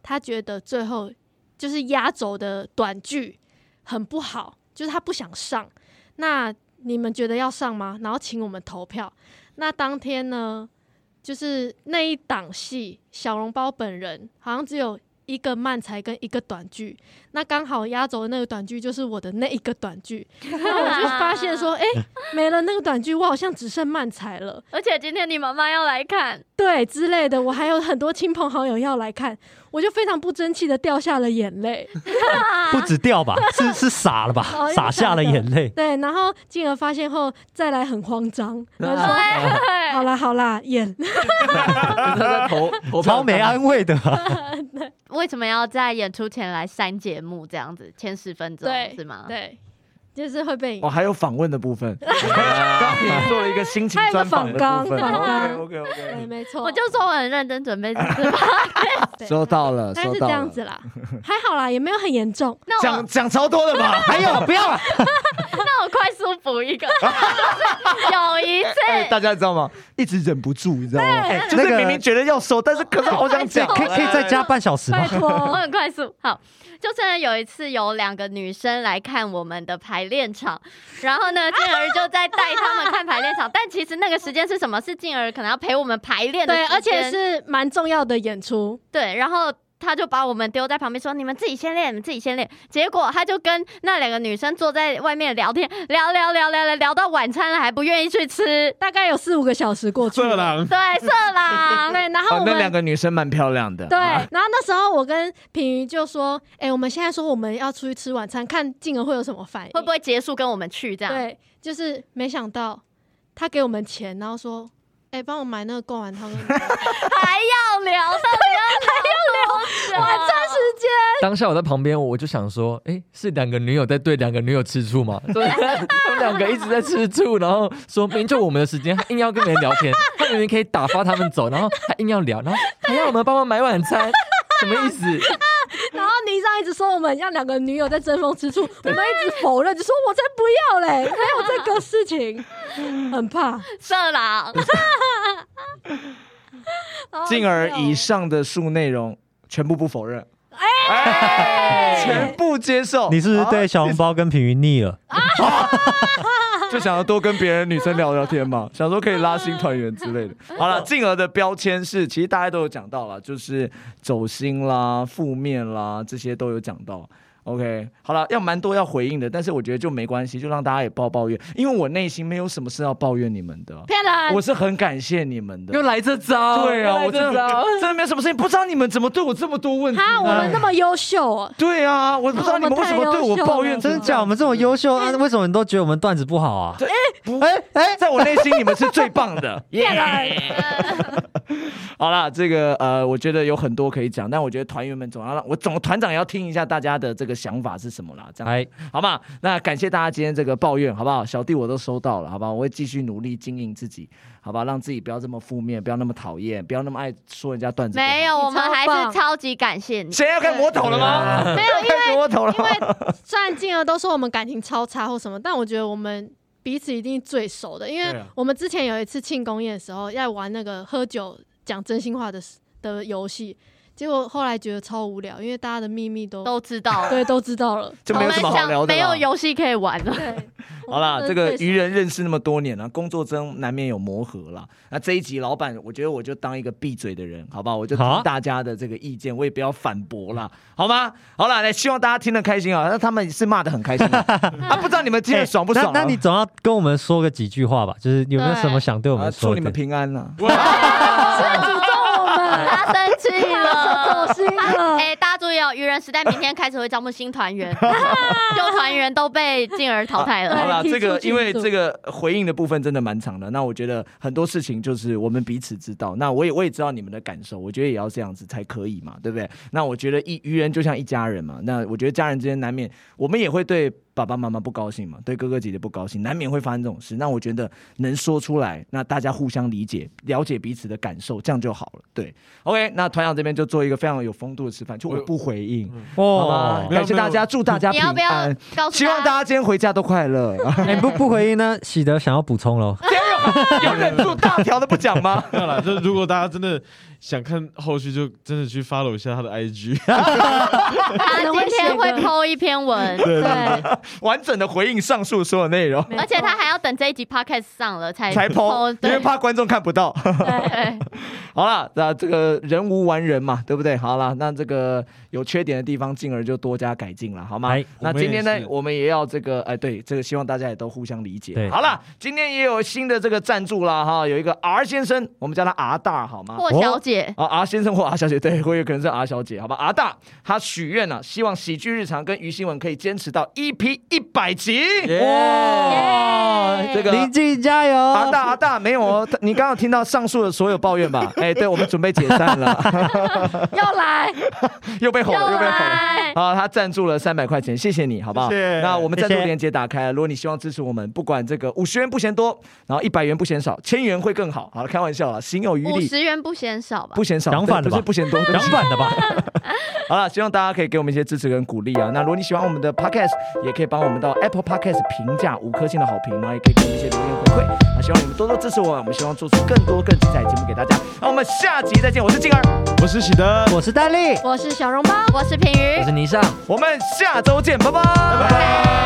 Speaker 5: 他觉得最后就是压轴的短剧很不好，就是他不想上。那你们觉得要上吗？然后请我们投票。那当天呢，就是那一档戏，小笼包本人好像只有一个漫才跟一个短剧，那刚好压轴的那个短剧就是我的那一个短剧，
Speaker 6: <laughs>
Speaker 5: 那我就发现
Speaker 1: <laughs>
Speaker 5: 说，哎、没了那个短剧，我好像只剩漫才了，
Speaker 6: 而且今天你妈妈要
Speaker 5: <laughs>
Speaker 6: 来看，
Speaker 5: 对之类的，我还有很多亲朋好友要来看，我就非常不争气的掉下了眼
Speaker 1: <laughs>
Speaker 5: 泪。
Speaker 3: 不止掉吧，是是傻了
Speaker 5: 哦
Speaker 3: 吧，
Speaker 5: 又
Speaker 3: 傻下了眼泪。
Speaker 5: 对，然后进而发现后再来很慌张，
Speaker 1: 啊
Speaker 5: 然后说，
Speaker 6: <laughs> 对
Speaker 5: 好啦好啦，
Speaker 1: <laughs>
Speaker 5: 演
Speaker 4: 他在 <laughs> 投投票
Speaker 3: 超没安慰的、啊，
Speaker 6: 为什么要在演出前来删节目这样子，前十分钟
Speaker 5: 对
Speaker 6: 是吗？
Speaker 5: 对，就是会被
Speaker 1: 哦，还有访问的部分， <laughs> 刚刚做了一个心情
Speaker 5: 还有一个
Speaker 1: 专访的
Speaker 5: 访
Speaker 1: 部分。
Speaker 5: 纲访纲
Speaker 1: OK OK
Speaker 5: 对，
Speaker 1: OK，
Speaker 5: 没错，
Speaker 6: 我就说我很认真准备这
Speaker 5: <laughs>
Speaker 6: 次吧，
Speaker 5: 对
Speaker 1: 收到了，
Speaker 5: 大概
Speaker 1: 收
Speaker 5: 是
Speaker 1: 到
Speaker 5: 这
Speaker 1: 了
Speaker 5: 样。子啦，还好啦，也没有很
Speaker 1: <laughs>
Speaker 5: 严重。
Speaker 6: 那我
Speaker 1: 讲讲超多了
Speaker 5: <laughs>
Speaker 1: 吧？还有不要了。
Speaker 6: 那我快速补一个，就是有一次
Speaker 1: 哎，大家知道吗？一直忍不住，你知道吗？就
Speaker 3: 哎那
Speaker 1: 是
Speaker 3: 个
Speaker 1: 明明觉得要收，但是可是好想讲。
Speaker 3: 可以可以再加半小时吗
Speaker 5: 拜？
Speaker 6: 我
Speaker 5: 托，
Speaker 6: 很快速。好，就是呢有一次有两个女生来看我们的排练场，然后呢，静儿就在带他们看排练场，但其实那个时间是什么？是静儿可能要陪我们排练的
Speaker 5: 对，而
Speaker 6: 时间
Speaker 5: 且是蛮重要的演出，
Speaker 6: 对，然后。他就把我们丢在旁边，说：“你们自己先练，你们自己先练。”结果他就跟那两个女生坐在外面聊天，聊聊聊聊聊聊到晚餐了，还不愿意去吃。
Speaker 5: 大概有四五个小时过去
Speaker 1: <laughs>
Speaker 5: 了。
Speaker 2: 色狼，
Speaker 6: 对，色
Speaker 5: <laughs>
Speaker 6: 狼，
Speaker 5: 对，然后
Speaker 1: 哦
Speaker 5: 我，
Speaker 1: 那两
Speaker 5: 们。
Speaker 1: 个女生蛮漂亮的。
Speaker 5: 对，
Speaker 6: 啊
Speaker 5: 然后那时候我跟品瑜就说：“哎、我们现在说我们要出去吃晚餐，看静儿会有什么反应，
Speaker 6: 会不会结束跟我们去这样？
Speaker 5: 对，就是没想到他给我们钱，然后说：“哎、帮我买那个贡丸汤。” <laughs>
Speaker 6: 还要聊，到底要还要
Speaker 5: <laughs>
Speaker 6: <laughs> 聊晚餐时间？
Speaker 4: 当下我在旁边，我就想说，哎、是两个女友在对两个女友吃 <laughs> 醋吗？对，他们两个一直在吃醋，然后说明明就我们的时间，还硬要跟别人聊天，他明明可以打发他们走，然后还硬要聊，然后还要我们帮忙买晚餐，什么意思？
Speaker 5: 然后倪尚一直说我们让两个女友在争风吃醋，我们一直否认，就说我才不要嘞，没有这个事情， <laughs> 很
Speaker 6: <laughs>
Speaker 5: 怕。
Speaker 6: 色狼，
Speaker 5: 好好
Speaker 1: 进而
Speaker 5: 笑哦
Speaker 1: 以上的述内容全部不否认，哎， <laughs> 全部接受。
Speaker 3: 你是不是对
Speaker 1: 啊
Speaker 3: 小笼包跟平云腻了？
Speaker 1: 就想要多跟别人女生聊聊天嘛，想说可以拉新团员之类的。好了，进而的标签是，其实大家都有讲到了，就是走心啦、负面啦，这些都有讲到。OK，好了，要蛮多要回应的，但是我觉得就没关系，就让大家也抱抱怨，因为我内心没有什么是要抱怨你们的，
Speaker 5: 骗人，
Speaker 1: 我是很感谢你们的
Speaker 4: 又。来这招，
Speaker 1: 对啊，我
Speaker 4: 哦又来
Speaker 1: 真
Speaker 4: 这
Speaker 1: 的
Speaker 4: 招。
Speaker 1: 真的没有什么事情，不知道你们怎么对我这么多问题。
Speaker 5: 哈，我们那么优秀哦，
Speaker 1: 对啊，我不知道你们为什么对我抱怨成
Speaker 5: 真
Speaker 3: 真
Speaker 1: 这
Speaker 5: 的
Speaker 3: 的假？我
Speaker 1: 样。
Speaker 3: 们这么优秀啊，为什么你都觉得我们段子不好啊？
Speaker 1: 哎哎，在我内心你们是最棒的。
Speaker 5: 骗人，
Speaker 1: 好啦，这个呃，我觉得有很多可以讲，但我觉得团员们总要让我总团长也要听一下大家的这个想法是什么啦，这样
Speaker 3: 哎，
Speaker 1: 好嘛？那感谢大家今天这个抱怨，好不好？小弟我都收到了，好不好？我会继续努力经营自己，好吧？让自己不要这么负面，不要那么讨厌，不要那么爱说人家段子。
Speaker 6: 没，有，我
Speaker 5: 你超
Speaker 6: 们还是
Speaker 5: 棒
Speaker 6: 超级感谢你。
Speaker 1: 谁要看魔头了吗？
Speaker 5: 没有，
Speaker 1: <laughs>
Speaker 5: 因为
Speaker 1: 看魔头了
Speaker 5: 因
Speaker 1: 吗？
Speaker 5: 为虽然静儿都说我们感情超差或什么，但我觉得我们彼此一定最熟的，因
Speaker 2: 对
Speaker 5: 为
Speaker 2: 啊
Speaker 5: 我们之前有一次庆功宴的时候，要玩那个喝酒讲真心话的的游戏，结果后来觉得超无聊，因为大家的秘密都
Speaker 6: 都知道了，
Speaker 5: 对都知道了。
Speaker 1: 就
Speaker 6: 我
Speaker 1: 没有
Speaker 6: 们
Speaker 1: 什么好聊
Speaker 6: 想
Speaker 1: 的
Speaker 6: 没有
Speaker 1: 啦。
Speaker 6: 游戏可以玩
Speaker 5: <laughs>
Speaker 6: 了。 <laughs>
Speaker 5: 对，
Speaker 1: 好啦，这个
Speaker 5: 最熟
Speaker 1: 愚人认识那么多年了、工作中难免有磨合啦。那这一集老板，我觉得我就当一个闭嘴的人，好不好？我就听
Speaker 3: 好
Speaker 1: 大家的这个意见，我也不要反驳啦，好吗？好啦，来，希望大家听得开心啊。那他们是骂的很开心啊，啊不知道你们听得爽不爽、啊
Speaker 3: 哎那那你总要跟我们说个几句话吧，就是有没有什么想对我
Speaker 1: 啊，
Speaker 3: 们
Speaker 1: 祝
Speaker 3: 说
Speaker 1: 你们
Speaker 3: 的？
Speaker 1: 平安啦、 <laughs>
Speaker 6: 他生气了，
Speaker 7: 走心了。
Speaker 6: 哎，大家注意哦，愚人时代明天开始会招募新
Speaker 1: <laughs>
Speaker 6: 团员，旧团员都被进而淘汰
Speaker 1: 啊好
Speaker 6: 了。
Speaker 1: <laughs> 啦，
Speaker 5: 对
Speaker 1: 这个
Speaker 5: 踢出去
Speaker 1: 因为
Speaker 5: 组
Speaker 1: 这个回应的部分真的蛮长的，那我觉得很多事情就是我们彼此知道，那我也我也知道你们的感受，我觉得也要这样子才可以嘛，对不对？那我觉得一愚人就像一家人嘛，那我觉得家人之间难免我们也会对爸爸妈妈不高兴嘛，对哥哥姐姐不高兴，难免会发生这种事。那我觉得能说出来，那大家互相理解，了解彼此的感受，这样就好了。对 OK，那团长这边就做一个非常有嗯风度的示范，就我不回应，好吗
Speaker 3: 哦？，
Speaker 1: <laughs>
Speaker 2: 没有
Speaker 1: 感谢大家，祝大家
Speaker 6: 你
Speaker 1: 平
Speaker 6: 要不要
Speaker 1: 安，
Speaker 6: 告诉
Speaker 1: 希望大家今天回家都快乐。
Speaker 3: 哎、不不回应呢，喜德想要补充
Speaker 1: <laughs>
Speaker 3: 喽。
Speaker 1: 今天 <laughs> 有有忍住大条的不讲
Speaker 6: <laughs>
Speaker 1: 吗？
Speaker 2: <laughs> 没有啦，就是如果大家真的想看后续，就真的去 follow 一下他的 IG。
Speaker 6: 他今天会剖一篇文，对，
Speaker 1: 完整的回应上述所有内容，
Speaker 6: 而且他还要等这一集 podcast 上了才
Speaker 1: 才
Speaker 6: 剖
Speaker 1: 剖，因
Speaker 6: 哦对
Speaker 1: 为怕观众看不到。
Speaker 6: 对，
Speaker 1: <laughs> 好了，那这个人无完人嘛，对不对？好了，那这个有缺点的地方，进而就多加改进了，好吗
Speaker 3: 哎？
Speaker 1: 那
Speaker 2: 我们也
Speaker 1: 今天呢
Speaker 2: 是，
Speaker 1: 我们也要这个，哎，对，这个希望大家也都互相理解
Speaker 3: 对。
Speaker 1: 好了，今天也有新的这个赞助啦，哈，有一个 R 先生，我们叫他 R 大，好吗？
Speaker 6: 霍
Speaker 1: <laughs>
Speaker 6: 小姐，
Speaker 1: 啊，R 先生或 R 小姐，对，我有可能是 R 小姐，好吧？R 大他许愿了、希望喜剧日常跟于新闻可以坚持到 EP 一百集。
Speaker 3: 哇
Speaker 1: 这个
Speaker 3: 林静加油！
Speaker 1: 阿大阿大没有哦，你刚刚有听到上述的所有抱怨吧？哎、对我们准备解散了， <laughs>
Speaker 7: 要
Speaker 6: <laughs>
Speaker 7: 来，
Speaker 1: 又被吼了，又被吼了。
Speaker 6: 来，
Speaker 1: 好，他赞助了三百块钱，谢谢你好不好？
Speaker 2: 谢谢
Speaker 1: 那我们赞助
Speaker 3: 谢谢
Speaker 1: 链接打开了，如果你希望支持我们，不管这个五十元不嫌多，然后一百元不嫌少，千元会更好。好了，开玩笑了，心有余
Speaker 6: 五
Speaker 1: 力
Speaker 6: 十元不嫌少吧
Speaker 1: 不？嫌少，
Speaker 3: 讲反了
Speaker 1: 对不是
Speaker 3: 吧
Speaker 1: 不嫌多，对不
Speaker 3: 讲
Speaker 1: 起
Speaker 3: 反
Speaker 1: <laughs>
Speaker 3: 了吧？
Speaker 1: 好了，希望大家可以给我们一些支持跟鼓励啊。那如果你喜欢我们的 podcast，也可以帮我们到 Apple Podcast 评价五颗星的好评，然后也可以给我们一些留言回馈。那希望你们多多支持我们，我们希望做出更多更精彩的节目给大家。那我们下集再见，我是静儿，
Speaker 2: <laughs> 我是喜德，
Speaker 3: 我是戴丽。
Speaker 7: 我是小笼包。
Speaker 6: 我是平鱼
Speaker 4: 我。是霓裳。
Speaker 1: 我们下周见，拜拜，拜拜。